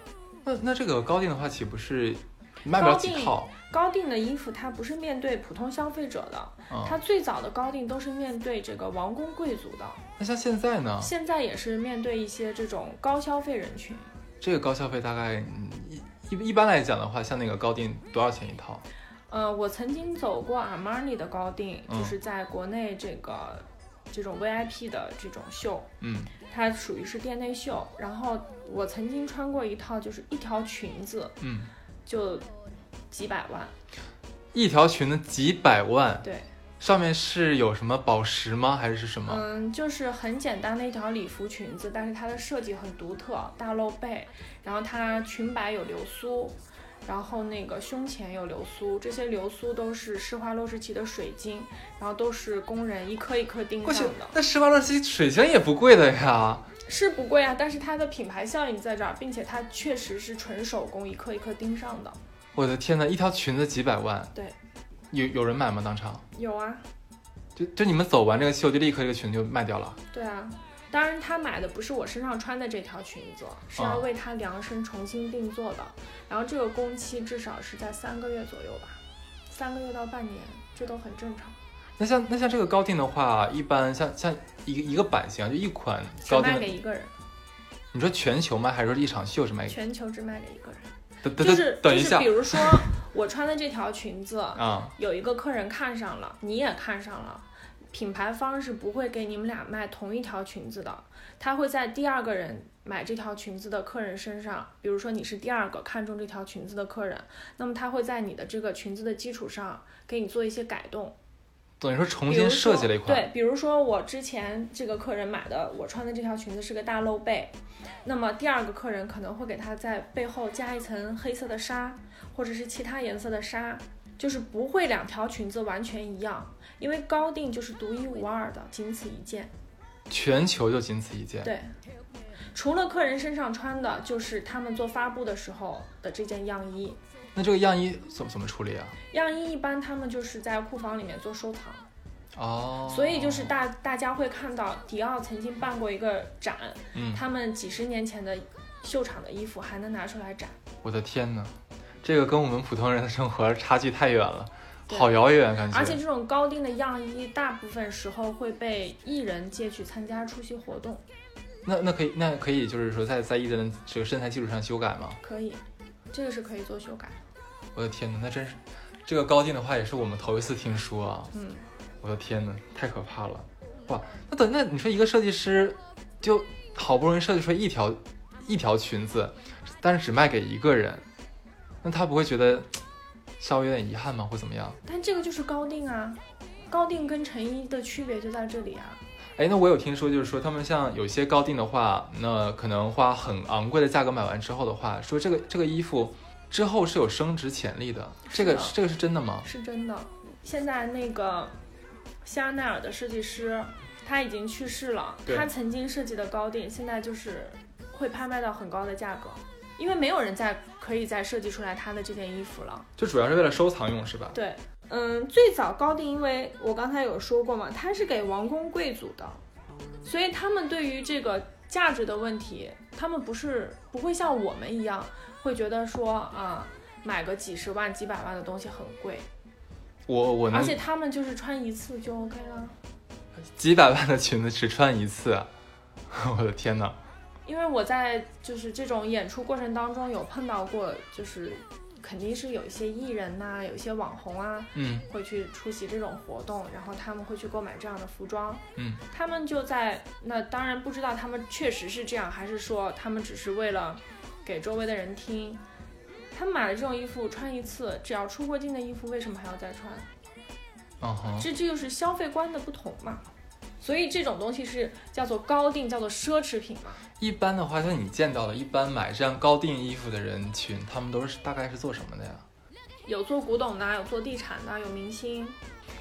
那那这个高定的话岂不是卖不了几套？
高定的衣服它不是面对普通消费者的，
啊、
它最早的高定都是面对这个王
哦
公贵族的，
那像现在呢？
现在也是面对一些这种高消费人群。
这个高消费大概嗯一一一般来讲的话，像那个高定多少钱一套？
呃，我曾经走过 Armani 的高定，
嗯
就是在国内这个这种 VIP 的这种秀，
嗯
它属于是店内秀。然后我曾经穿过一套，就是一条裙子
嗯，
就几百万，
一条裙子几百万，
对，
上面是有什么宝石吗？还是什么？
嗯，就是很简单的一条礼服裙子，但是它的设计很独特，大露背，然后它裙摆有流苏，然后那个胸前有流苏，这些流苏都是施华洛世奇的水晶，然后都是工人一颗一颗钉
过
上
去
的，
那施华洛世奇水晶也不贵的呀。
是不贵啊，但是它的品牌效应在这儿，并且它确实是纯手工一颗一颗钉上的。
我的天呐，一条裙子几百万，
对，
有有人买吗？当场
有啊，
就就你们走完这个秀，就立刻这个裙子就卖掉了。
对啊，当然他买的不是我身上穿的这条裙子，是
啊
要为他量身重新定做的。然后这个工期至少是在三个月左右吧，三个月到半年，这都很正常。
那像那像这个高定的话，一般像像一个一个版型啊，就一款
全
高定
卖
的，
给一个人，
你说全球卖还是说一场秀是卖？
全球只卖给一个人。
等等
就是
等哎等
就
一
是，
下
比如 说我穿的这条裙子，
啊，
有一个客人看上了，你也看上了，品牌方是不会给你们俩卖同一条裙子的，他会在第二个人买这条裙子的客人身上，比如说你是第二个看中这条裙子的客人，那么他会在你的这个裙子的基础上给你做一些改动，
等于说重
比如
新
说
设计了一款，
对，比如说我之前这个客人买的，我穿的这条裙子是个大露背，那么第二个客人可能会给他在背后加一层黑色的纱，或者是其他颜色的纱，就是不会两条裙子完全一样，因为高定就是独一无二的，仅此一件。
全球就仅此一件。
对，除了客人身上穿的，就是他们做发布的时候的这件样衣。
那这个样衣怎么怎么处理啊？
样衣一般他们就是在库房里面做收藏。
哦，
所以就是大大家会看到，迪奥曾经办过一个展，
嗯
他们几十年前的秀场的衣服还能拿出来展。
我的天呐，这个跟我们普通人的生活差距太远了，
对
好遥远感觉。
而且这种高定的样衣，大部分时候会被艺人借去参加出席活动，
那那可以，那可以，就是说在在艺人的这个身材基础上修改吗？
可以，这个是可以做修改。
我的天呐，那真是这个高定的话也是我们头一次听说啊！
嗯，
我的天呐，太可怕了！哇，那等那你说一个设计师就好不容易设计出一条一条裙子，但是只卖给一个人，那他不会觉得嘖稍微有点遗憾吗？或怎么样？
但这个就是高定啊，高定跟成衣的区别就在这里啊。
哎，那我有听说，就是说他们像有些高定的话，那可能花很昂贵的价格买完之后的话，说这个这个衣服之后是有升值潜力的，这个
是的
这个是真的吗？
是真的。现在那个香奈儿的设计师，他已经去世了。
对
他曾经设计的高定，现在就是会拍卖到很高的价格，因为没有人再可以再设计出来他的这件衣服了。
就主要是为了收藏用是吧？
对，嗯，最早高定，因为我刚才有说过嘛，它是给王公贵族的，所以他们对于这个价值的问题，他们不是不会像我们一样会觉得说啊。买个几十万、几百万的东西很贵，
我我能
而且他们就是穿一次就 OK 了，
几百万的裙子只穿一次啊， 我的天呐！
因为我在就是这种演出过程当中有碰到过，就是肯定是有一些艺人呐、有一些网红啊，
嗯
会去出席这种活动，然后他们会去购买这样的服装，
嗯，
他们就在那当然不知道他们确实是这样，还是说他们只是为了给周围的人听。他们买了这种衣服穿一次，只要出过境的衣服，为什么还要再穿？
嗯哼，
这这就是消费观的不同嘛。所以这种东西是叫做高定，叫做奢侈品嘛。
一般的话，像你见到的，一般买这样高定衣服的人群，他们都是大概是做什么的呀？
有做古董的，有做地产的，啊有明星。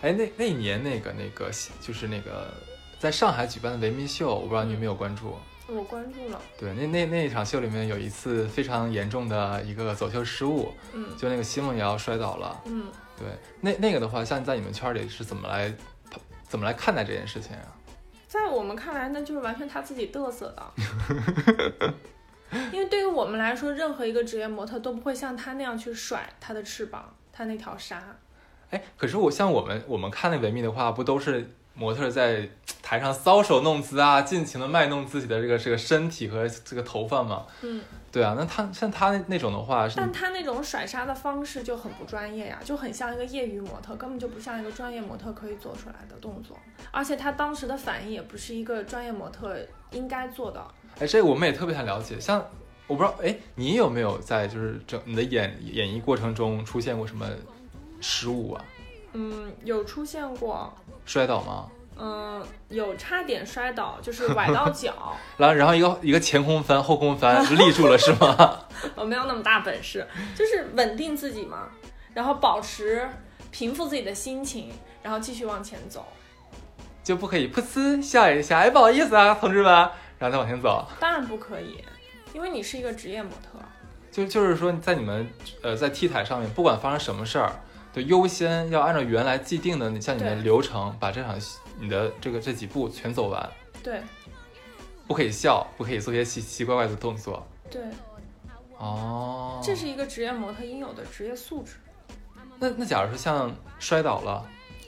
哎，那那一年那个那个就是那个在上海举办的维密秀，我不知道你有没有关注？
我关注了，
对，那那那一场秀里面有一次非常严重的一个走秀失误，
嗯
就那个奚梦瑶摔倒了。
嗯，
对，那那个的话，像在你们圈里是怎么来怎么来看待这件事情啊？
在我们看来，那就是完全他自己嘚瑟的。因为对于我们来说，任何一个职业模特都不会像他那样去甩他的翅膀，他那条纱。
哎，可是我像我们我们看那维密的话，不都是模特在台上搔首弄姿啊，尽情的卖弄自己的这个这个身体和这个头发嘛。
嗯，
对啊，那他像他那那种的话是，
但他那种甩纱的方式就很不专业呀、就很像一个业余模特，根本就不像一个专业模特可以做出来的动作。而且他当时的反应也不是一个专业模特应该做的。
哎，这个我们也特别想了解。像我不知道，哎，你有没有在就是整你的演演绎过程中出现过什么失误啊？
嗯，有出现过，
摔倒吗？
嗯，有差点摔倒，就是崴到脚，
然后然后一个一个前空翻后空翻立住了是吗？
我哦没有那么大本事，就是稳定自己嘛，然后保持平复自己的心情，然后继续往前走。
就不可以噗呲笑一下，哎，不好意思啊，同志们，然后再往前走。
当然不可以，因为你是一个职业模特。
就就是说，在你们呃在 T 台上面，不管发生什么事儿，就优先要按照原来既定的你像你的
对
流程，把这场戏你的这个这几步全走完，
对
不可以笑，不可以做些奇奇怪怪的动作。
对，
哦，
这是一个职业模特应有的职业素质。
那那假如说像摔倒了，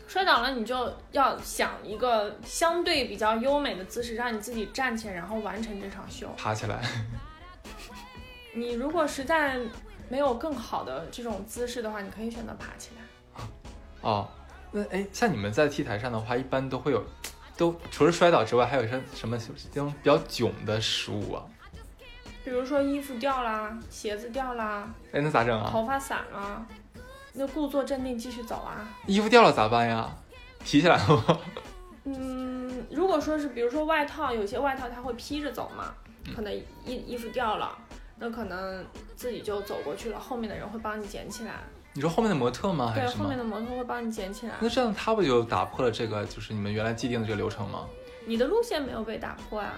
摔倒了，你就要想一个相对比较优美的姿势，让你自己站起来，然后完成这场秀。
爬起来，
你如果实在没有更好的这种姿势的话，你可以选择爬起来。
哦，那哎，像你们在 T 台上的话，一般都会有，都除了摔倒之外，还有一些什么这种比较囧的失误啊？
比如说衣服掉啦，鞋子掉啦，
哎，那咋整啊？
头发散啦，那故作镇定继续走啊。
衣服掉了咋办呀？提起来吗？
嗯，如果说是比如说外套，有些外套它会披着走嘛，
嗯
可能衣衣服掉了，那可能自己就走过去了，后面的人会帮你捡起来。
你说后面的模特吗？还
对，
哎是什
后
么
面？的模特会帮你捡起来。
那这样他不就打破了这个就是你们原来既定的这个流程吗？
你的路线没有被打破啊。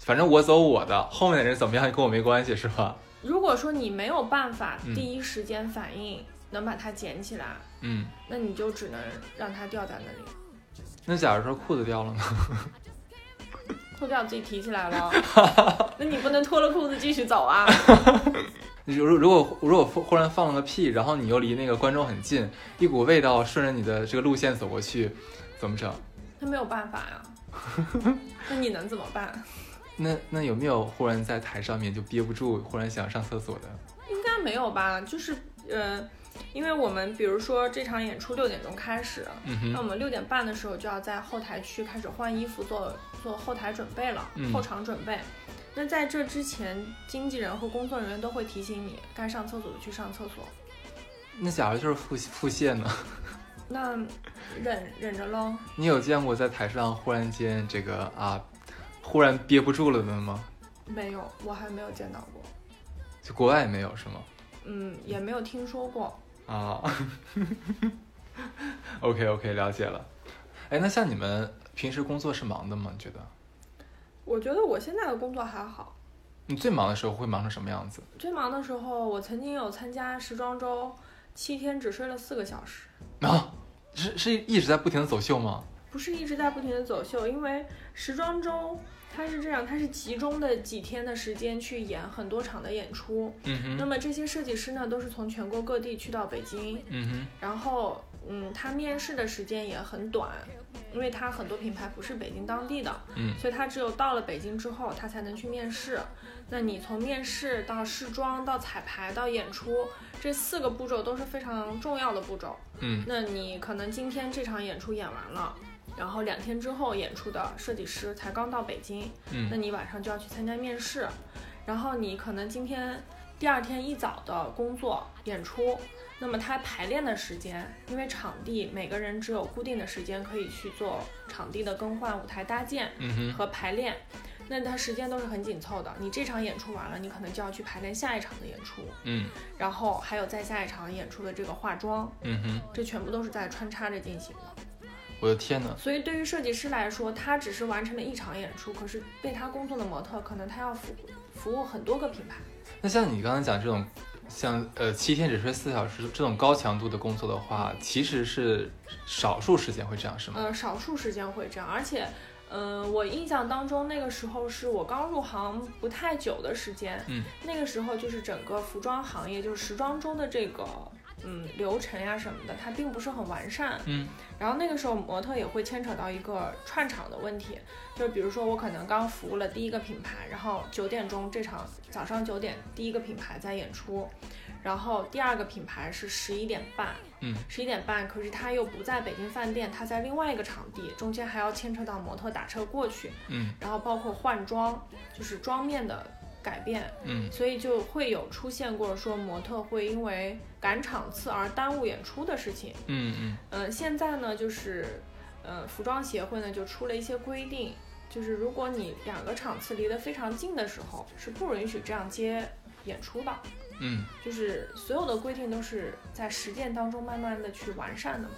反正我走我的，后面的人怎么样跟我没关系是吧？
如果说你没有办法
嗯
第一时间反应、能把它捡起来，
嗯，
那你就只能让它掉在那里，
那假如说裤子掉了呢？
裤掉自己提起 来了，那你不能脱了裤子继续走啊。
如如果如果忽忽然放了个屁，然后你又离那个观众很近，一股味道顺着你的这个路线走过去，怎么整？
那没有办法 呀、那你能怎么办？
那那有没有忽然在台上面就憋不住，忽然想上厕所的？
应该没有吧？就是呃，因为我们比如说这场演出六点钟开始，
嗯
那我
哼，
们六点半的时候就要在后台区开始换衣服做做后台准备了，
嗯
后场准备。那在这之前，经纪人和工作人员都会提醒你该上厕所的去上厕所。
那假如就是腹腹泻呢？
那忍忍着喽，
你有见过在台上忽然间这个啊，忽然憋不住了的吗？
没有，我还没有见到过，
就国外没有是吗？
嗯，也没有听说过。
啊 ，OK OK，了解了。哎，那像你们平时工作是忙的吗？你觉得
我觉得我现在的工作还好，
你最忙的时候会忙成什么样子？
最忙的时候，我曾经有参加时装周，七天只睡了四个小时。
啊，是是一直在不停的走秀吗？
不是一直在不停的走秀，因为时装周它是这样，它是集中的几天的时间去演很多场的演出。
嗯
那
哼，
么这些设计师呢，都是从全国各地去到北京，
嗯哼，
然后嗯，他面试的时间也很短，因为他很多品牌不是北京当地的，
嗯
所以他只有到了北京之后，他才能去面试。那你从面试到试妆到彩排到演出，这四个步骤都是非常重要的步骤。
嗯，
那你可能今天这场演出演完了，然后两天之后演出的设计师才刚到北京，那
嗯，
你晚上就要去参加面试，然后你可能今天第二天一早的工作演出，那么他排练的时间，因为场地每个人只有固定的时间可以去做场地的更换、舞台搭建
嗯哼，
和排练。那它时间都是很紧凑的，你这场演出完了，你可能就要去排练下一场的演出，
嗯，
然后还有再下一场演出的这个化妆，
嗯哼，
这全部都是在穿插着进行的。
我的天呐，
所以对于设计师来说，他只是完成了一场演出，可是为他工作的模特，可能他要服服务很多个品牌。
那像你刚才讲这种，像呃七天只睡四小时这种高强度的工作的话，其实是少数时间会这样是吗？
呃，少数时间会这样，而且，嗯、我印象当中那个时候是我刚入行不太久的时间，
嗯，
那个时候就是整个服装行业，就是时装周的这个。嗯流程呀、什么的，它并不是很完善。
嗯
然后那个时候模特也会牵扯到一个串场的问题，就比如说我可能刚服务了第一个品牌，然后九点钟这场早上九点第一个品牌在演出，然后第二个品牌是十一点半，
嗯，
十一点半，可是他又不在北京饭店，他在另外一个场地，中间还要牵扯到模特打车过去，
嗯
然后包括换装，就是妆面的改变，
嗯
所以就会有出现过说模特会因为赶场次而耽误演出的事情。
嗯嗯
嗯，现在呢，就是，嗯，服装协会呢就出了一些规定，就是如果你两个场次离得非常近的时候，是不允许这样接演出的。
嗯，
就是所有的规定都是在实践当中慢慢的去完善的嘛。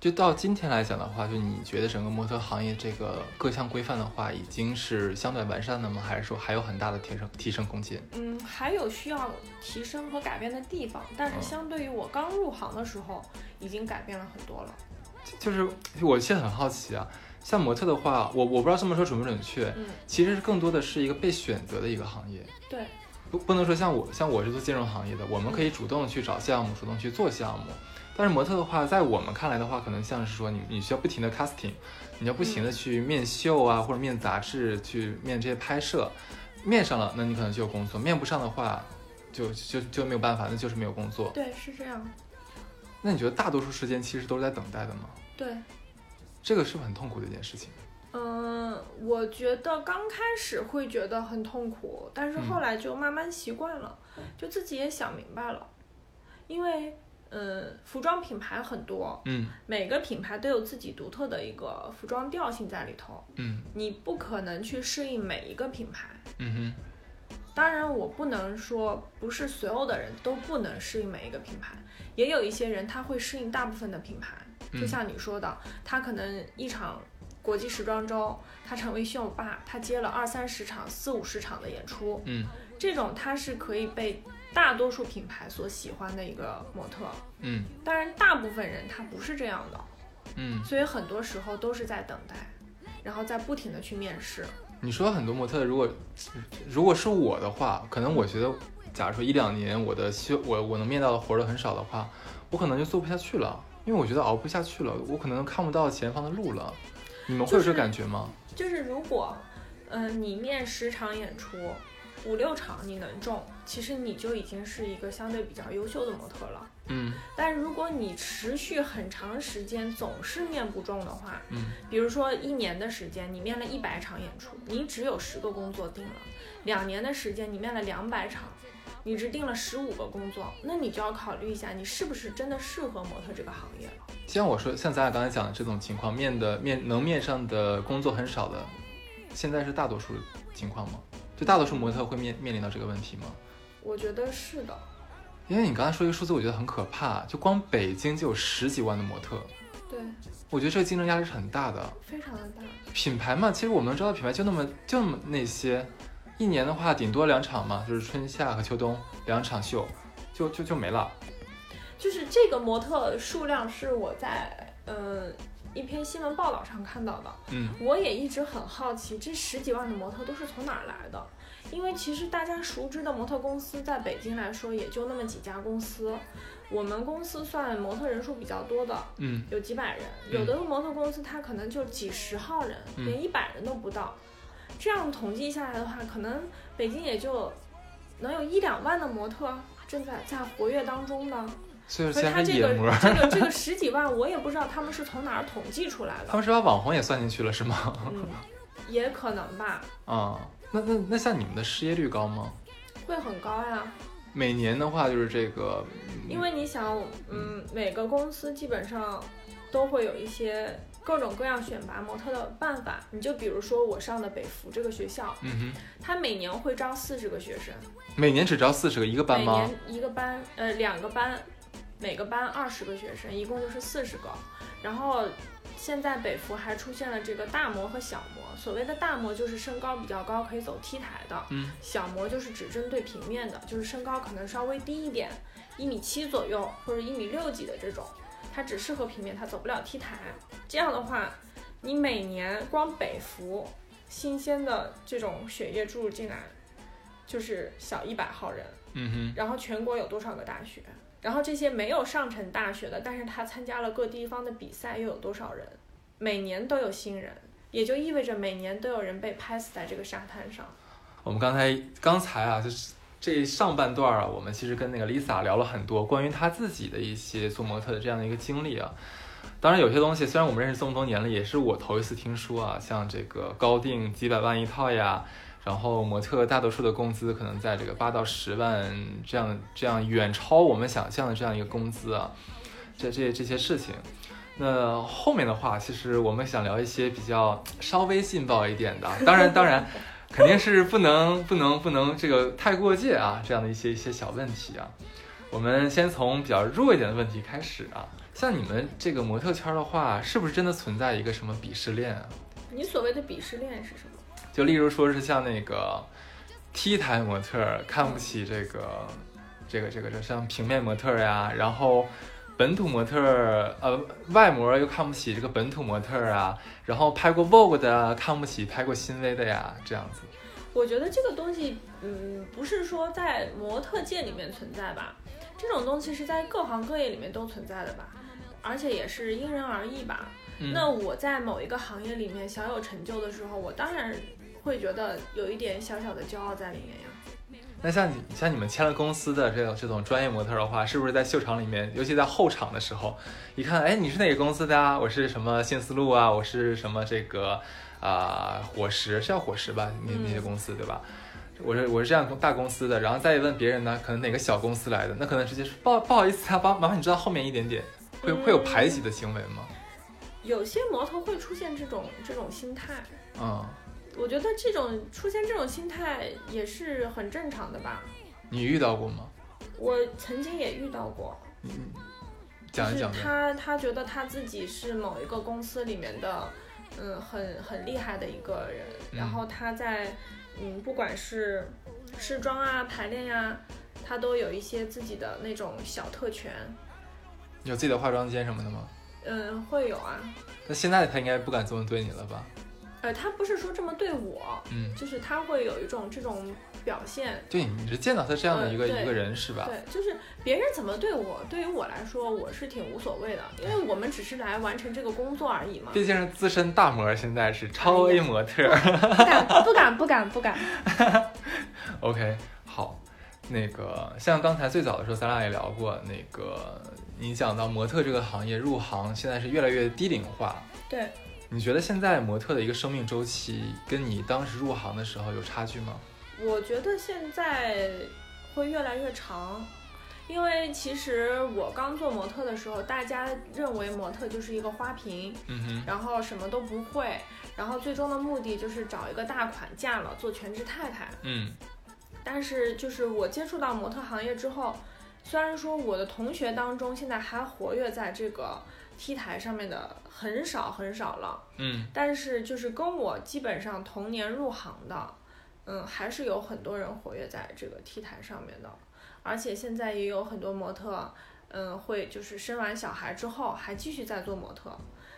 就到今天来讲的话，就你觉得整个模特行业这个各项规范的话，已经是相对完善的吗？还是说还有很大的提升提升空间？
嗯，还有需要提升和改变的地方，但是
嗯
相对于我刚入行的时候，已经改变了很多了。
就是我现在很好奇啊，像模特的话，我我不知道这么说准不准确，
嗯，
其实更多的是一个被选择的一个行业。
对，
不不能说像我像我是做金融行业的，我们可以主动去找项目，主动去做项目。但是模特的话，在我们看来的话，可能像是说你你需要不停的 casting，你要不停
嗯
的去面秀啊，或者面杂志，去面这些拍摄，面上了，那你可能就有工作；面不上的话，就就就没有办法，那就是没有工作。
对，是这样。
那你觉得大多数时间其实都是在等待的吗？
对，
这个是不是很痛苦的一件事情？
嗯，我觉得刚开始会觉得很痛苦，但是后来就慢慢习惯了，就自己也想明白了。因为，嗯，服装品牌很多，
嗯
每个品牌都有自己独特的一个服装调性在里头，
嗯
你不可能去适应每一个品牌。
嗯
当然，我不能说不是所有的人都不能适应每一个品牌，也有一些人他会适应大部分的品牌。
嗯
就像你说的，他可能一场国际时装周，他成为秀霸，他接了二三十场、四五十场的演出，
嗯
这种他是可以被大多数品牌所喜欢的一个模特。
嗯
当然，大部分人他不是这样的，
嗯，
所以很多时候都是在等待，然后在不停的去面试。
你说很多模特，如果如果是我的话，可能我觉得，假如说一两年我的希我我能面到的活儿都很少的话，我可能就做不下去了，因为我觉得熬不下去了，我可能看不到前方的路了。你们会有这
就是
感觉吗？
就是如果，嗯、你面十场演出，五六场你能中，其实你就已经是一个相对比较优秀的模特了。
嗯
但如果你持续很长时间总是面不中的话，
嗯
比如说一年的时间，你面了一百场演出，你只有十个工作定了；两年的时间，你面了两百场，你只定了十五个工作，那你就要考虑一下，你是不是真的适合模特这个行业了。
像我说，像咱俩刚才讲的这种情况，面的面能面上的工作很少的，现在是大多数情况吗？就大多数模特会面面临到这个问题吗？
我觉得是的，
因为你刚才说一个数字，我觉得很可怕，就光北京就有十几万的模特，
对，
我觉得这个竞争压力是很大的。
非常的大。
品牌嘛，其实我们知道品牌就那么就那么那些，一年的话顶多两场嘛，就是春夏和秋冬两场秀，就就就没了。
就是这个模特数量是我在嗯、呃一篇新闻报道上看到的，
嗯
我也一直很好奇，这十几万的模特都是从哪儿来的？因为其实大家熟知的模特公司，在北京来说也就那么几家公司。我们公司算模特人数比较多的，
嗯
有几百人；
嗯
有的模特公司它可能就几十号人，
嗯
连一百人都不到。这样统计下来的话，可能北京也就能有一两万的模特正在在活跃当中呢。
所以
所
说现
以他
在
这
野模
个
儿，
这个这个十几万，我也不知道他们是从哪儿统计出来
他
的。
们是把网红也算进去了是吗？
嗯，也可能吧，
啊、那那那像你们的失业率高吗？
会很高呀，
每年的话就是这个，嗯
因为你想，嗯，每个公司基本上都会有一些各种各样选拔模特的办法。你就比如说我上的北服这个学校，
嗯哼，
它每年会招四十个学生，
每年只招四十个一个班
每
吗
年？一个班，呃，两个班，每个班二十个学生，一共就是四十个。然后现在北服还出现了这个大模和小模，所谓的大模就是身高比较高，可以走 T 台的；
嗯
小模就是只针对平面的，就是身高可能稍微低一点，一米七左右或者一米六几的这种，它只适合平面，它走不了 T 台。这样的话，你每年光北服新鲜的这种血液注入进来，就是小一百号人。
嗯哼，
然后全国有多少个大学？然后这些没有上成大学的，但是他参加了各地方的比赛，又有多少人？每年都有新人，也就意味着每年都有人被拍死在这个沙滩上。
我们刚才刚才啊，就是这上半段啊，我们其实跟那个 Lisa 聊了很多关于她自己的一些做模特的这样的一个经历啊。当然，有些东西虽然我们认识这么多年了，也是我头一次听说啊，像这个高定几百万一套呀，然后模特大多数的工资可能在这个八到十万这样这样远超我们想象的这样一个工资啊，这这这些事情。那后面的话，其实我们想聊一些比较稍微劲爆一点的啊，当然当然。肯定是不能不能不能这个太过界啊，这样的一些一些小问题啊。我们先从比较弱一点的问题开始啊。像你们这个模特圈的话，是不是真的存在一个什么鄙视链啊？
你所谓的鄙视链是什么？
就例如说是像那个 T 台模特儿看不起这个这个这个这像平面模特儿呀，然后本土模特儿呃外模又看不起这个本土模特儿啊，然后拍过 Vogue 的啊看不起拍过新薇的呀，这样子。
我觉得这个东西，嗯，不是说在模特界里面存在吧，这种东西是在各行各业里面都存在的吧，而且也是因人而异吧。
嗯
那我在某一个行业里面小有成就的时候，我当然会觉得有一点小小的骄傲在里面呀。
那像你像你们签了公司的这种这种专业模特儿的话，是不是在秀场里面，尤其在后场的时候，一看，哎，你是哪个公司的啊？我是什么新思路啊？我是什么这个啊、火石是叫火石吧？那
嗯
那些公司对吧？我是我是这样大公司的，然后再问别人呢，可能哪个小公司来的，那可能直接说不好不好意思啊，帮麻烦你知道后面一点点，会会有排挤的行为吗？
有些模特会出现这种这种心态，
嗯，
我觉得这种出现这种心态也是很正常的吧。
你遇到过吗？
我曾经也遇到过，
你你讲一讲
就
呗
是。他他觉得他自己是某一个公司里面的，嗯，很很厉害的一个人，
嗯
然后他在嗯，不管是试妆啊、排练呀、他都有一些自己的那种小特权，
有自己的化妆间什么的吗？
嗯，会有啊。
那现在他应该不敢这么对你了吧？
呃，他不是说这么对我，
嗯。
就是他会有一种这种表现，
对，你是见到他这样的一个、
嗯对
一个人是吧？
对，就是别人怎么对我，对于我来说我是挺无所谓的，因为我们只是来完成这个工作而已嘛。
毕竟是资深大模，现在是超
嗯
A 模特。
不敢，不敢，不敢，不敢。
OK，好，那个像刚才最早的时候，咱俩也聊过，那个你讲到模特这个行业入行，现在是越来越低龄化。
对。
你觉得现在模特的一个生命周期跟你当时入行的时候有差距吗？
我觉得现在会越来越长，因为其实我刚做模特的时候，大家认为模特就是一个花瓶，
嗯
然后什么都不会，然后最终的目的就是找一个大款嫁了，做全职太太。
哼，嗯
但是就是我接触到模特行业之后，虽然说我的同学当中现在还活跃在这个 T 台上面的很少很少了，
嗯，
但是就是跟我基本上同年入行的，嗯，还是有很多人活跃在这个 T 台上面的，而且现在也有很多模特，嗯，会就是生完小孩之后还继续在做模特，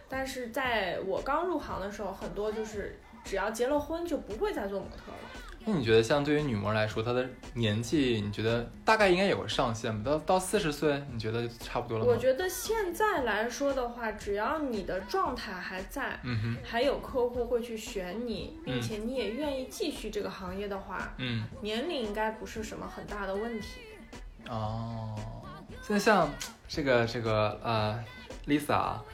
但是在我刚入行的时候，很多就是只要结了婚就不会再做模特了。
那你觉得像对于女模来说，她的年纪，你觉得大概应该有个上限吧？到到四十岁，你觉得差不多了吗？
我觉得现在来说的话，只要你的状态还在。
嗯哼，
还有客户会去选你，并
嗯
且你也愿意继续这个行业的话，
嗯。
年龄应该不是什么很大的问题。
哦，现在像这个这个呃，Lisa，啊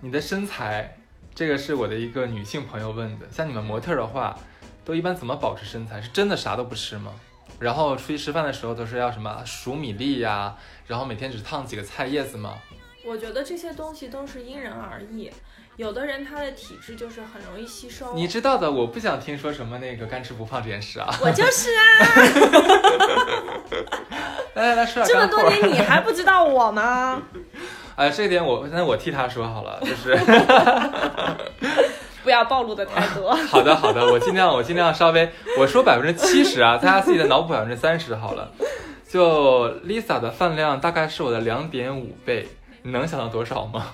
你的身材，这个是我的一个女性朋友问的。像你们模特儿的话，都一般怎么保持身材？是真的啥都不吃吗？然后出去吃饭的时候都是要什么数米粒呀、然后每天只烫几个菜叶子吗？
我觉得这些东西都是因人而异，有的人他的体质就是很容易吸收。
你知道的，我不想听说什么那个干吃不胖这件事啊。
我就是啊，
来来来，说
这
点
么
干
多
货。
年你还不知道我 吗？
哎，这一点我那我替他说好了，就是。
不要暴露的太多。
好的，好的，我尽量，我尽量稍微，我说百分之七 十啊，大家自己的脑补百分之三十好了。就 Lisa 的饭量大概是我的两点五倍，你能想到多 少吗？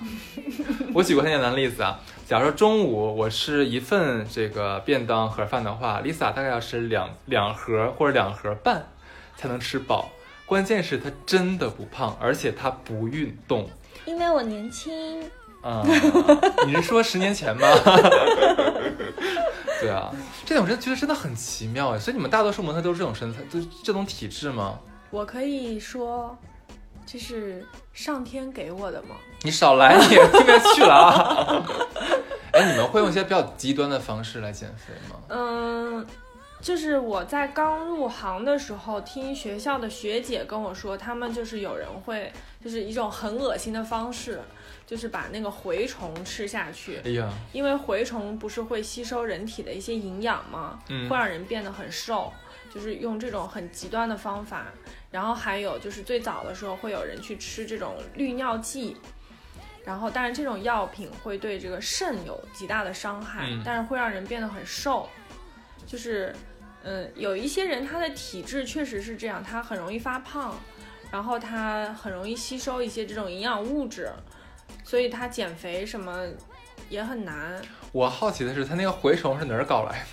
我举个很简单的例子啊，假如说中午我吃一份这个便当盒饭的话，Lisa 大概要吃两两盒或者两盒半才能吃饱。关键是她真的不胖，而且她不运动。
因为我年轻，
啊、你是说十年前吗？ 对啊，这种真觉得真的很奇妙哎。所以你们大多数模特都是这种身材，就是这种体质吗？
我可以说，这是上天给我的吗？
你少来你，这边去了啊！ 哎，你们会用一些比较极端的方式来减肥吗？
嗯，就是我在刚入行的时候，听学校的学姐跟我说，他们就是有人会，就是一种很恶心的方式，就是把那个蛔虫吃下去，
哎呀，
因为蛔虫不是会吸收人体的一些营养吗？
嗯
会让人变得很瘦，就是用这种很极端的方法。然后还有就是最早的时候会有人去吃这种滤尿剂，然后但是这种药品会对这个肾有极大的伤害，
嗯
但是会让人变得很瘦，就是。嗯，有一些人他的体质确实是这样，他很容易发胖，然后他很容易吸收一些这种营养物质，所以他减肥什么也很难。
我好奇的是，它那个蛔虫是哪儿搞来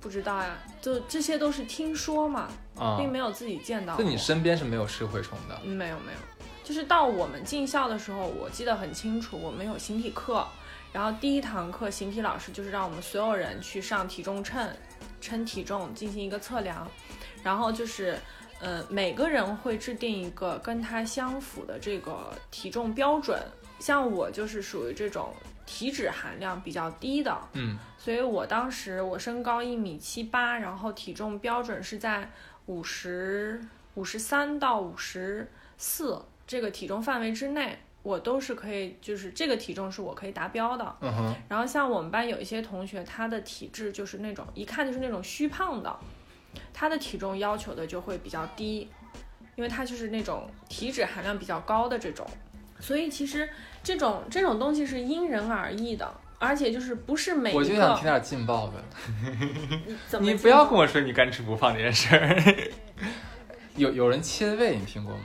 不知道呀，就这些都是听说嘛，
的啊？
并没有自己见到
就
过。
你身边是没有吃蛔虫的
嗯没有没有，就是到我们进校的时候，我记得很清楚，我们有形体课，然后第一堂课形体老师就是让我们所有人去上体重秤，称体重进行一个测量，然后就是。呃，每个人会制定一个跟他相符的这个体重标准。像我就是属于这种体脂含量比较低的，
嗯，
所以我当时我身高一米七八，然后体重标准是在五十五十三到五十四这个体重范围之内，我都是可以，就是这个体重是我可以达标的。
嗯哼，
然后像我们班有一些同学，他的体质就是那种一看就是那种虚胖的，他的体重要求的就会比较低，因为他就是那种体脂含量比较高的这种。所以其实这种这种东西是因人而异的，而且就是不是每一个
我就想听点劲爆的。
怎么
你不要跟我说你干吃不胖这件事儿。 有有人切胃，你听过吗？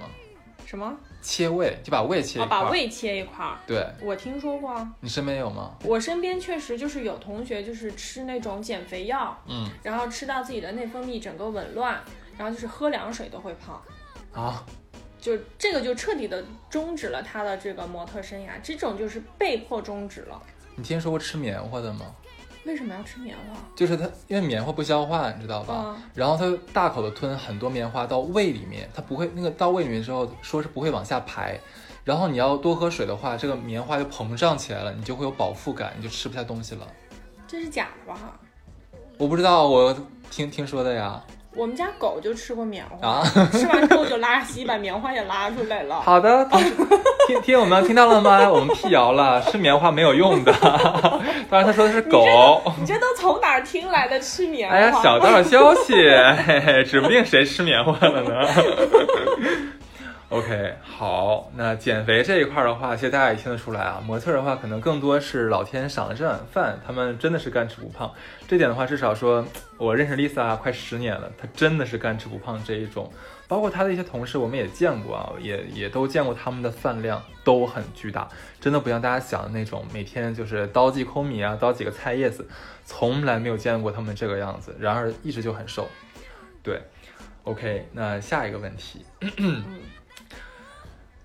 什么，
切胃就把胃切一
哦，
块儿。
把胃切一块儿。
对
我听说过啊，
你身边有吗？
我身边确实就是有同学就是吃那种减肥药，
嗯
然后吃到自己的内分泌整个紊乱，然后就是喝凉水都会胖。
啊，
就这个就彻底的终止了他的这个模特生涯，这种就是被迫终止了。
你听说过吃棉花的吗？
为什么要吃棉花？
就是它，因为棉花不消化，你知道吧？
嗯
然后它大口的吞很多棉花到胃里面，它不会那个到胃里面之后，说是不会往下排。然后你要多喝水的话，这个棉花就膨胀起来了，你就会有饱腹感，你就吃不下东西了。
这是假的吧？
我不知道，我听听说的呀。
我们家狗就吃过棉花，
啊
吃完之后就拉稀，把棉花也拉出来了。
好的，同事听听我们听到了吗？我们辟谣了，吃棉花没有用的。 当然他说的是狗。
你这都从哪儿听来的吃棉花？
哎呀，小道消息，嘿嘿，指不定谁吃棉花了呢。OK，好，那减肥这一块儿的话，其实大家也听得出来啊，模特儿的话可能更多是老天赏了这碗饭，他们真的是干吃不胖。这点的话，至少说我认识 Lisa 快十年了，她真的是干吃不胖这一种。包括她的一些同事，我们也见过啊，也也都见过他们的饭量都很巨大，真的不像大家想的那种每天就是刀记空米啊，刀几个菜叶子，从来没有见过他们这个样子，然而一直就很瘦。对，OK，那下一个问题，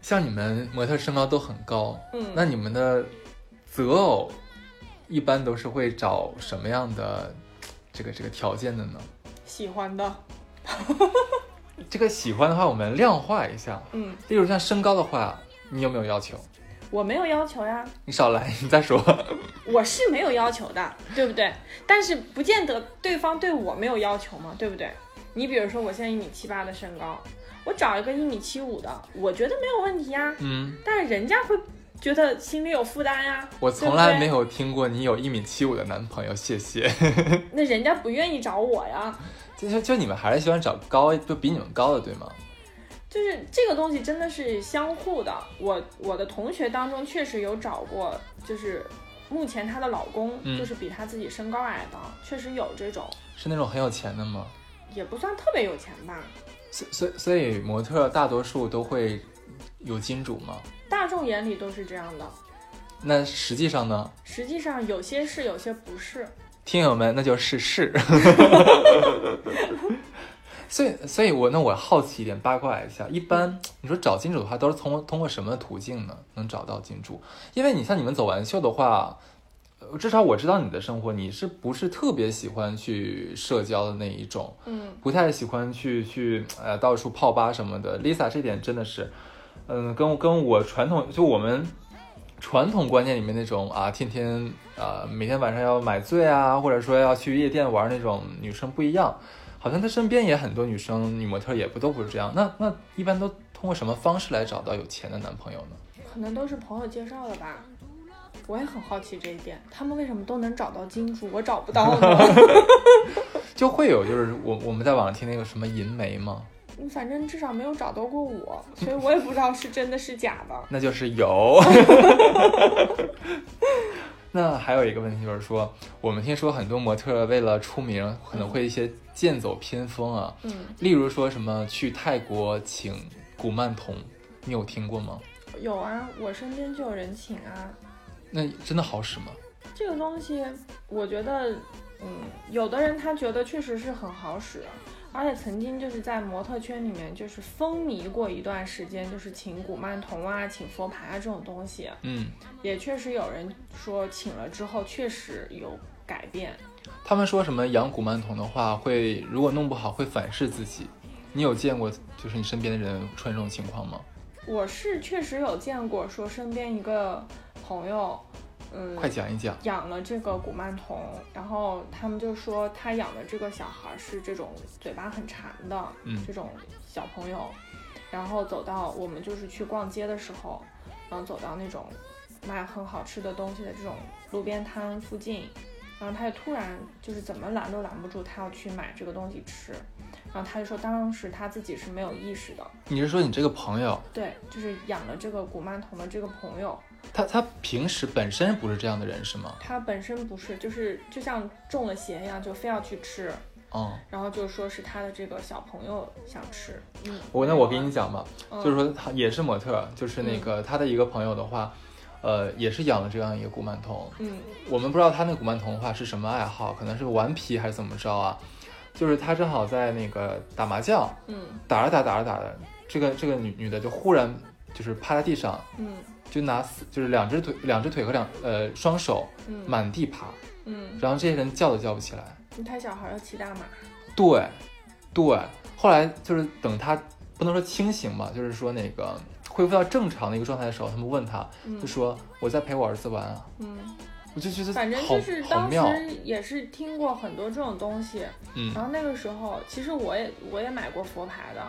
像你们模特身高都很高，
嗯
那你们的择偶一般都是会找什么样的这个这个条件的呢？
喜欢的，
这个喜欢的话，我们量化一下，
嗯，
例如像身高的话，你有没有要求？
我没有要求呀，
你少来，你再说。
我是没有要求的，对不对？但是不见得对方对我没有要求嘛，对不对？你比如说，我现在一米七八的身高，我找一个一米七五的，我觉得没有问题呀。
嗯，
但是人家会觉得心里有负担呀。
我从来没有听过你有一米七五的男朋友，谢谢。
那人家不愿意找我呀。
就就就你们还是喜欢找高，就比你们高的，对吗？
就是这个东西真的是相互的。我我的同学当中确实有找过，就是目前她的老公
嗯
就是比她自己身高矮的，确实有这种，
是那种很有钱的吗？
也不算特别有钱吧。
所所以所以模特大多数都会有金主吗？
大众眼里都是这样的，
那实际上呢，
实际上有些是，有些不是。
听友们那就是是。所以，所以我那我好奇一点，八卦一下，一般你说找金主的话，都是通通过什么途径呢？能找到金主？因为你像你们走完秀的话，呃至少我知道你的生活，你是不是特别喜欢去社交的那一种？
嗯，
不太喜欢去去呃到处泡吧什么的。Lisa 这点真的是，嗯、跟跟我传统就我们传统观念里面那种啊，天天啊、呃每天晚上要买醉啊，或者说要去夜店玩那种女生不一样。好像她身边也很多女生女模特也不都不是这样。那那一般都通过什么方式来找到有钱的男朋友呢？
可能都是朋友介绍的吧。我也很好奇这一点，他们为什么都能找到金主，我找不到呢？
就会有就是我我们在网上听那个什么银媒吗？
嗯反正至少没有找到过我，所以我也不知道是真的是假的。
那就是有。 那还有一个问题就是说，我们听说很多模特为了出名，可能会一些剑走偏锋啊，
嗯，
例如说什么去泰国请古曼童，你有听过吗？
有啊，我身边就有人请啊。
那真的好使吗？
这个东西，我觉得，嗯，有的人他觉得确实是很好使，啊而且曾经就是在模特圈里面就是风靡过一段时间，就是请古曼童啊、请佛牌啊这种东西，
嗯，
也确实有人说请了之后确实有改变。
他们说什么养古曼童的话，会如果弄不好会反噬自己。你有见过就是你身边的人出现这种情况吗？
我是确实有见过，说身边一个朋友，嗯，
快讲一讲。
养了这个古曼童，然后他们就说他养的这个小孩是这种嘴巴很馋的，
嗯
这种小朋友，然后走到我们就是去逛街的时候，然后走到那种卖很好吃的东西的这种路边摊附近，然后他就突然就是怎么拦都拦不住，他要去买这个东西吃，然后他就说当时他自己是没有意识的，
你是说你这个朋友，
对，就是养了这个古曼童的这个朋友，
他他平时本身不是这样的人是吗？
他本身不是，就是就像中了邪一样，就非要去吃。
哦、
然后就说是他的这个小朋友想吃，嗯，
我那我给你讲吧，
嗯
就是说他也是模特，就是那个他的一个朋友的话，呃，也是养了这样一个古曼童。
嗯
我们不知道他那古曼童的话是什么爱好，可能是顽皮还是怎么着啊？就是他正好在那个打麻将，
嗯
打着打打着打着，这个这个女女的就忽然就是趴在地上，
嗯
就拿四就是两只腿两只腿和两呃双手
嗯
满地爬，
嗯，
然后这些人叫都叫不起来。
他小孩要骑大马，
对，对。后来就是等他不能说清醒吧，就是说那个恢复到正常的一个状态的时候，他们问他，
嗯
就说我在陪我儿子玩啊。
嗯，
我就觉得
反正
好
就是
好
当
妙，
时也是听过很多这种东西，
嗯
然后那个时候其实我也我也买过佛牌的，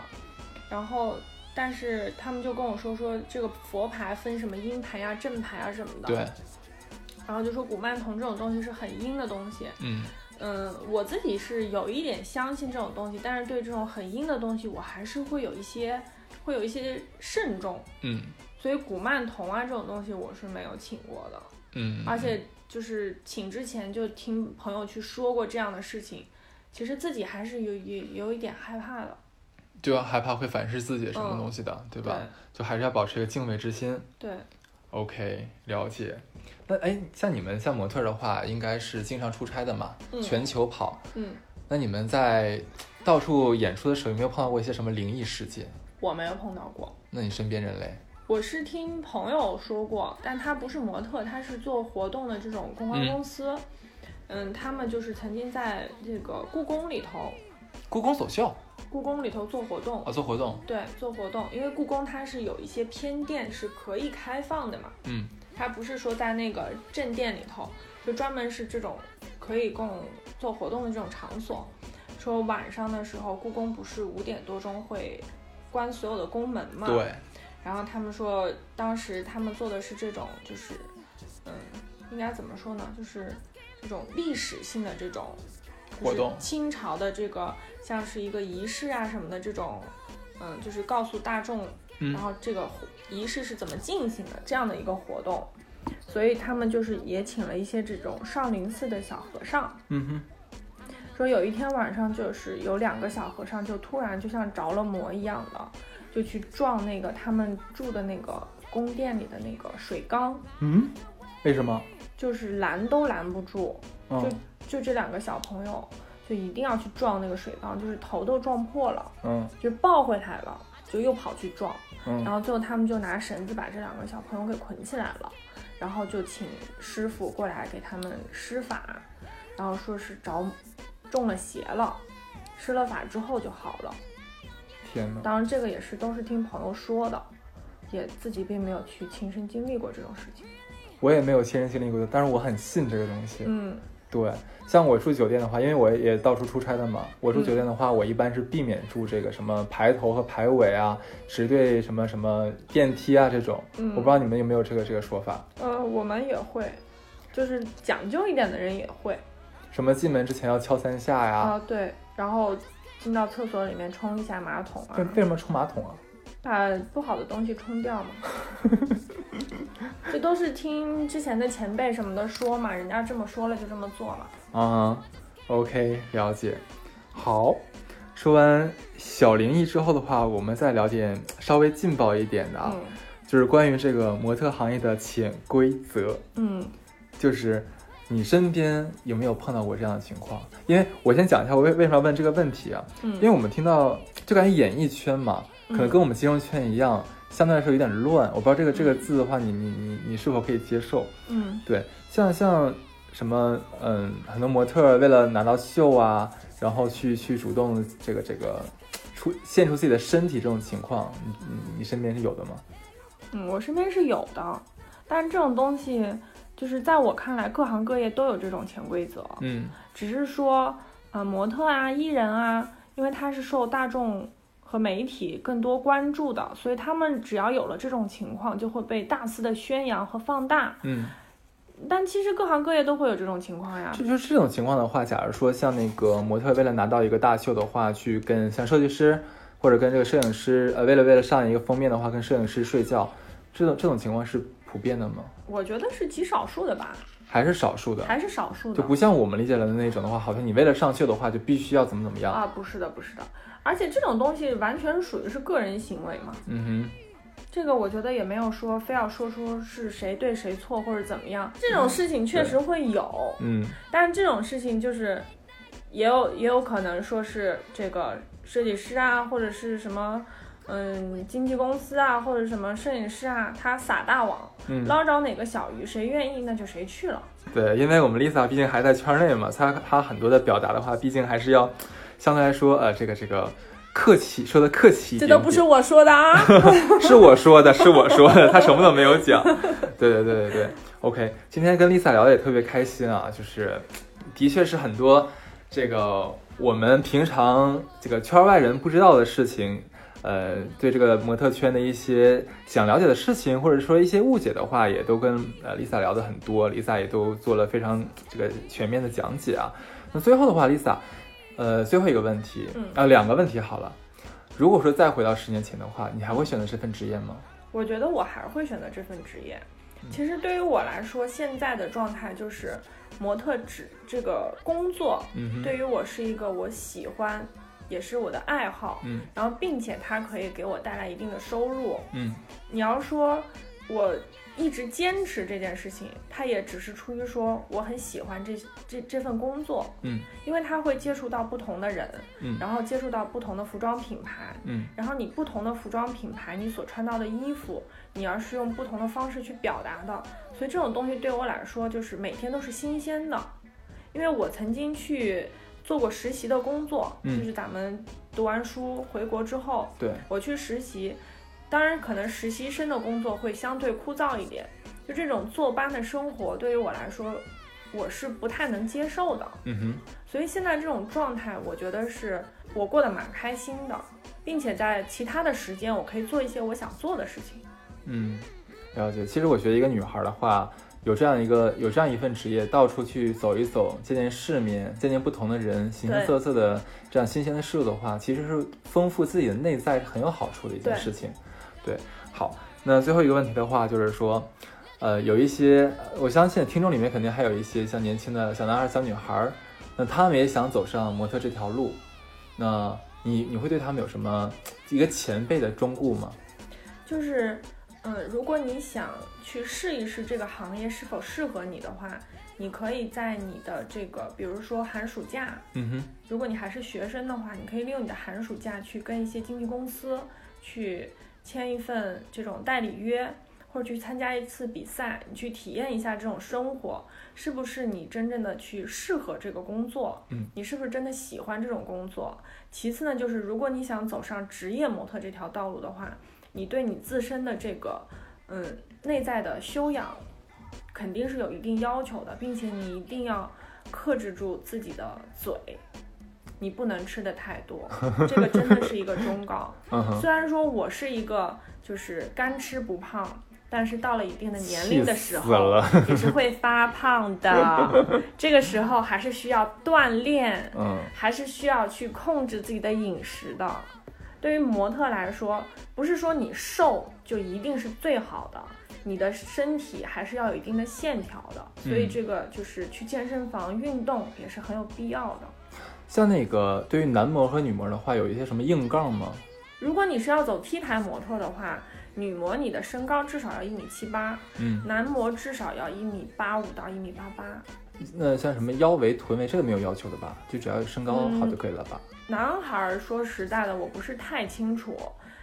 然后但是他们就跟我说说这个佛牌分什么阴牌啊、正牌啊什么的，
对，，
然后就说古曼童这种东西是很阴的东西，
嗯
嗯，我自己是有一点相信这种东西，但是对这种很阴的东西，我还是会有一些会有一些慎重。
嗯
所以古曼童啊这种东西我是没有请过的，
嗯，
而且就是请之前就听朋友去说过这样的事情，其实自己还是有有有一点害怕的，
就要害怕会反噬自己什么
嗯
东西的，对
对
吧？就还是要保持一个敬畏之心。
对，
OK，了解。那哎，像你们像模特儿的话，应该是经常出差的嘛，
嗯
全球跑。
嗯，
那你们在到处演出的时候，有没有碰到过一些什么灵异事件？
我没有碰到过。
那你身边人嘞？
我是听朋友说过，但他不是模特，他是做活动的这种公关
嗯
公司。嗯，他们就是曾经在这个故宫里头，
故宫走秀
故宫里头做活动，
啊，做活动，
对，做活动，因为故宫它是有一些偏殿是可以开放的嘛，
嗯，
它不是说在那个正殿里头，就专门是这种可以供做活动的这种场所。说晚上的时候，故宫不是五点多钟会关所有的宫门嘛？。
对，
然后他们说，当时他们做的是这种，就是，嗯，应该怎么说呢？就是这种历史性的这种
活动
就是清朝的这个像是一个仪式啊什么的这种，嗯，就是告诉大众，
嗯
然后这个活仪式是怎么进行的这样的一个活动。所以他们就是也请了一些这种少林寺的小和尚，
嗯哼，
说有一天晚上，就是有两个小和尚就突然就像着了魔一样的，就去撞那个他们住的那个宫殿里的那个水缸，
嗯，为什么？
就是拦都拦不住，
嗯
就这两个小朋友。就一定要去撞那个水缸，就是头都撞破了，
嗯
就抱回来了，就又跑去撞，然
嗯
后最后他们就拿绳子把这两个小朋友给捆起来了，然后就请师傅过来给他们施法，然后说是着中了邪了，施了法之后就好了。
天哪，
当然这个也是都是听朋友说的，也自己并没有去亲身经历过这种事情。
我也没有亲身经历过的，但是我很信这个东西。
嗯
对，像我住酒店的话，因为我也到处出差的嘛，我住
嗯
酒店的话，我一般是避免住这个什么排头和排尾啊，直对什么什么电梯啊这种。
嗯，
我不知道你们有没有这个这个说法，
呃，我们也会，就是讲究一点的人也会
什么进门之前要敲三下呀？
啊、对，然后进到厕所里面冲一下马桶
为
啊
为，什么冲马桶啊？
把不好的东西冲掉 嘛。这都是听之前的前辈什么的说嘛，人家这么说了就这么做了。
啊、o k 了解。好，说完小灵异之后的话，我们再聊点稍微劲爆一点的啊，
嗯
就是关于这个模特行业的潜规则。
嗯
就是你身边有没有碰到过这样的情况？因为我先讲一下我为为什么要问这个问题啊，因为
嗯
我们听到就感觉演艺圈嘛，可能跟我们金融圈一样，相对来说有点乱。我不知道这个这个字的话，你你你你是否可以接受？
嗯
对，像像什么嗯，很多模特儿为了拿到秀啊，然后去去主动这个这个出献出自己的身体这种情况，你你你身边是有的吗？
嗯，我身边是有的，但是这种东西就是在我看来，各行各业都有这种潜规则。
嗯
只是说，呃，模特啊、艺人啊，因为他是受大众和媒体更多关注的，所以他们只要有了这种情况，就会被大肆的宣扬和放大。
嗯。
但其实各行各业都会有这种情况呀。
就就是这种情况的话，假如说像那个模特为了拿到一个大秀的话，去跟像设计师或者跟这个摄影师，呃，为了为了上一个封面的话，跟摄影师睡觉，这种这种情况是普遍的吗？
我觉得是极少数的吧，
还是少数的？
还是少数
就
的。
不像我们理解的那种的话，好像你为了上秀的话，就必须要怎么怎么样。
啊，不是的，不是的。而且这种东西完全属于是个人行为嘛，
嗯
这个我觉得也没有说非要说出是谁对谁错或者怎么样，这种事情确实会有，
哼，嗯
但这种事情就是，也有也有可能说是这个设计师啊，或者是什么，嗯，经纪公司啊，或者什么摄影师啊，他撒大网，
嗯，
捞着哪个小鱼，谁愿意那就谁去了。
对，因为我们 Lisa 毕竟还在圈内嘛，她她很多的表达的话，毕竟还是要相对来说，呃，这个这个客气，说的客气一
这
点点。
都不是我说的 啊。
是我说的，是我说的，他什么都没有讲。对对对对对，OK，今天跟 Lisa 聊的也特别开心啊，就是的确是很多这个我们平常这个圈外人不知道的事情。呃，对这个模特圈的一些想了解的事情，或者说一些误解的话，也都跟呃 Lisa 聊的很多，Lisa 也都做了非常这个全面的讲解啊。那最后的话，Lisa，呃，最后一个问题，
嗯
啊，两个问题好了。如果说再回到十年前的话，你还会选择这份职业吗？
我觉得我还会选择这份职业。
嗯
其实对于我来说，现在的状态就是模特只这个工作，
嗯哼，
对于我是一个我喜欢，也是我的爱好，
嗯
然后并且它可以给我带来一定的收入。
嗯
你要说我一直坚持这件事情，它也只是出于说我很喜欢这这这份工作，
嗯，
因为它会接触到不同的人，
嗯
然后接触到不同的服装品牌，
嗯
然后你不同的服装品牌，你所穿到的衣服，你要是用不同的方式去表达的，所以这种东西对我来说就是每天都是新鲜的，因为我曾经去做过实习的工作，
嗯
就是咱们读完书回国之后，
对，
我去实习，当然可能实习生的工作会相对枯燥一点，就这种坐班的生活对于我来说，我是不太能接受的。
嗯哼，
所以现在这种状态，我觉得是我过得蛮开心的，并且在其他的时间，我可以做一些我想做的事情。
嗯，了解。其实我觉得一个女孩的话，有这样一个有这样一份职业，到处去走一走，见见世面，见见不同的人，形形
对
色色的这样新鲜的事物的话，其实是丰富自己的内在是很有好处的一件
对
事情。对，好，那最后一个问题的话，就是说。呃，有一些，呃我相信听众里面肯定还有一些像年轻的小男孩、小女孩儿，那他们也想走上模特这条路，那你你会对他们有什么一个前辈的忠告吗？
呃就是，嗯，如果你想去试一试这个行业是否适合你的话，你可以在你的这个，比如说寒暑假，
嗯哼，
如果你还是学生的话，你可以利用你的寒暑假去跟一些经纪公司去签一份这种代理约，或者去参加一次比赛，你去体验一下这种生活，是不是你真正的去适合这个工作？
嗯，
你是不是真的喜欢这种工作？其次呢，就是如果你想走上职业模特这条道路的话，你对你自身的这个嗯内在的修养肯定是有一定要求的，并且你一定要克制住自己的嘴。你不能吃的太多，这个真的是一个 忠告。
嗯哼，
虽然说我是一个就是干吃不胖，但是到了一定的年龄的
气
时
死
候
了，
也是会发 胖的。这个时候还是需要锻炼，
嗯
还是需要去控制自己的饮食的。对于模特来说，不是说你瘦就一定是最好的，你的身体还是要有一定的线条的。所以
嗯
这个就是去健身房运动也是很有必要的。
像那个对于男模和女模的话，有一些什么硬杠吗？
如果你是要走 T 台模特的话，女模你的身高至少要一米七八，
嗯，
男模至少要一米八五到一米八八。
那像什么腰围、臀围这个没有要求的吧？就只要身高好就可以了吧？
男孩儿说实在的，我不是太清楚，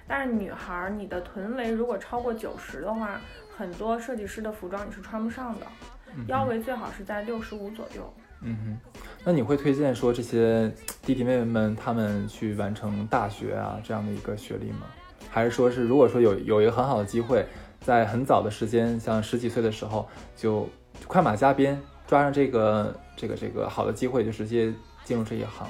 但是女孩儿你的臀围如果超过九十的话，很多设计师的服装你是穿不上的，
嗯哼
腰围最好是在六十五左右。
嗯哼，那你会推荐说这些弟弟妹妹们他们去完成大学啊这样的一个学历吗？还是说是如果说有有一个很好的机会，在很早的时间，像十几岁的时候就就快马加鞭抓上这个这个这个好的机会，就直接进入这一行？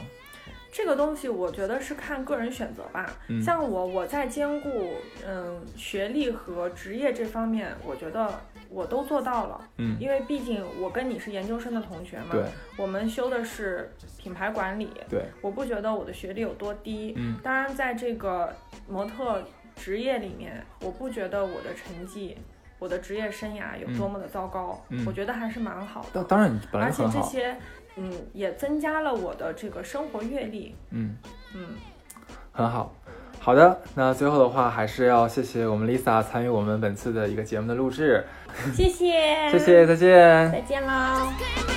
这个东西我觉得是看个人选择吧。
嗯
像我，我在兼顾嗯学历和职业这方面，我觉得我都做到了。
嗯，
因为毕竟我跟你是研究生的同学嘛，
对
我们修的是品牌管理，
对，
我不觉得我的学历有多低。
嗯
当然，在这个模特职业里面，我不觉得我的成绩、我的职业生涯有多么的糟糕，
嗯
我觉得还是蛮好的。
当当然你本来
而
就
且
很
这
好，
些，嗯，也增加了我的这个生活阅历，
嗯。
嗯。
很好。好的，那最后的话还是要谢谢我们 Lisa 参与我们本次的一个节目的录制，
谢谢，
嗯谢，谢，再见。
再见喽。
Came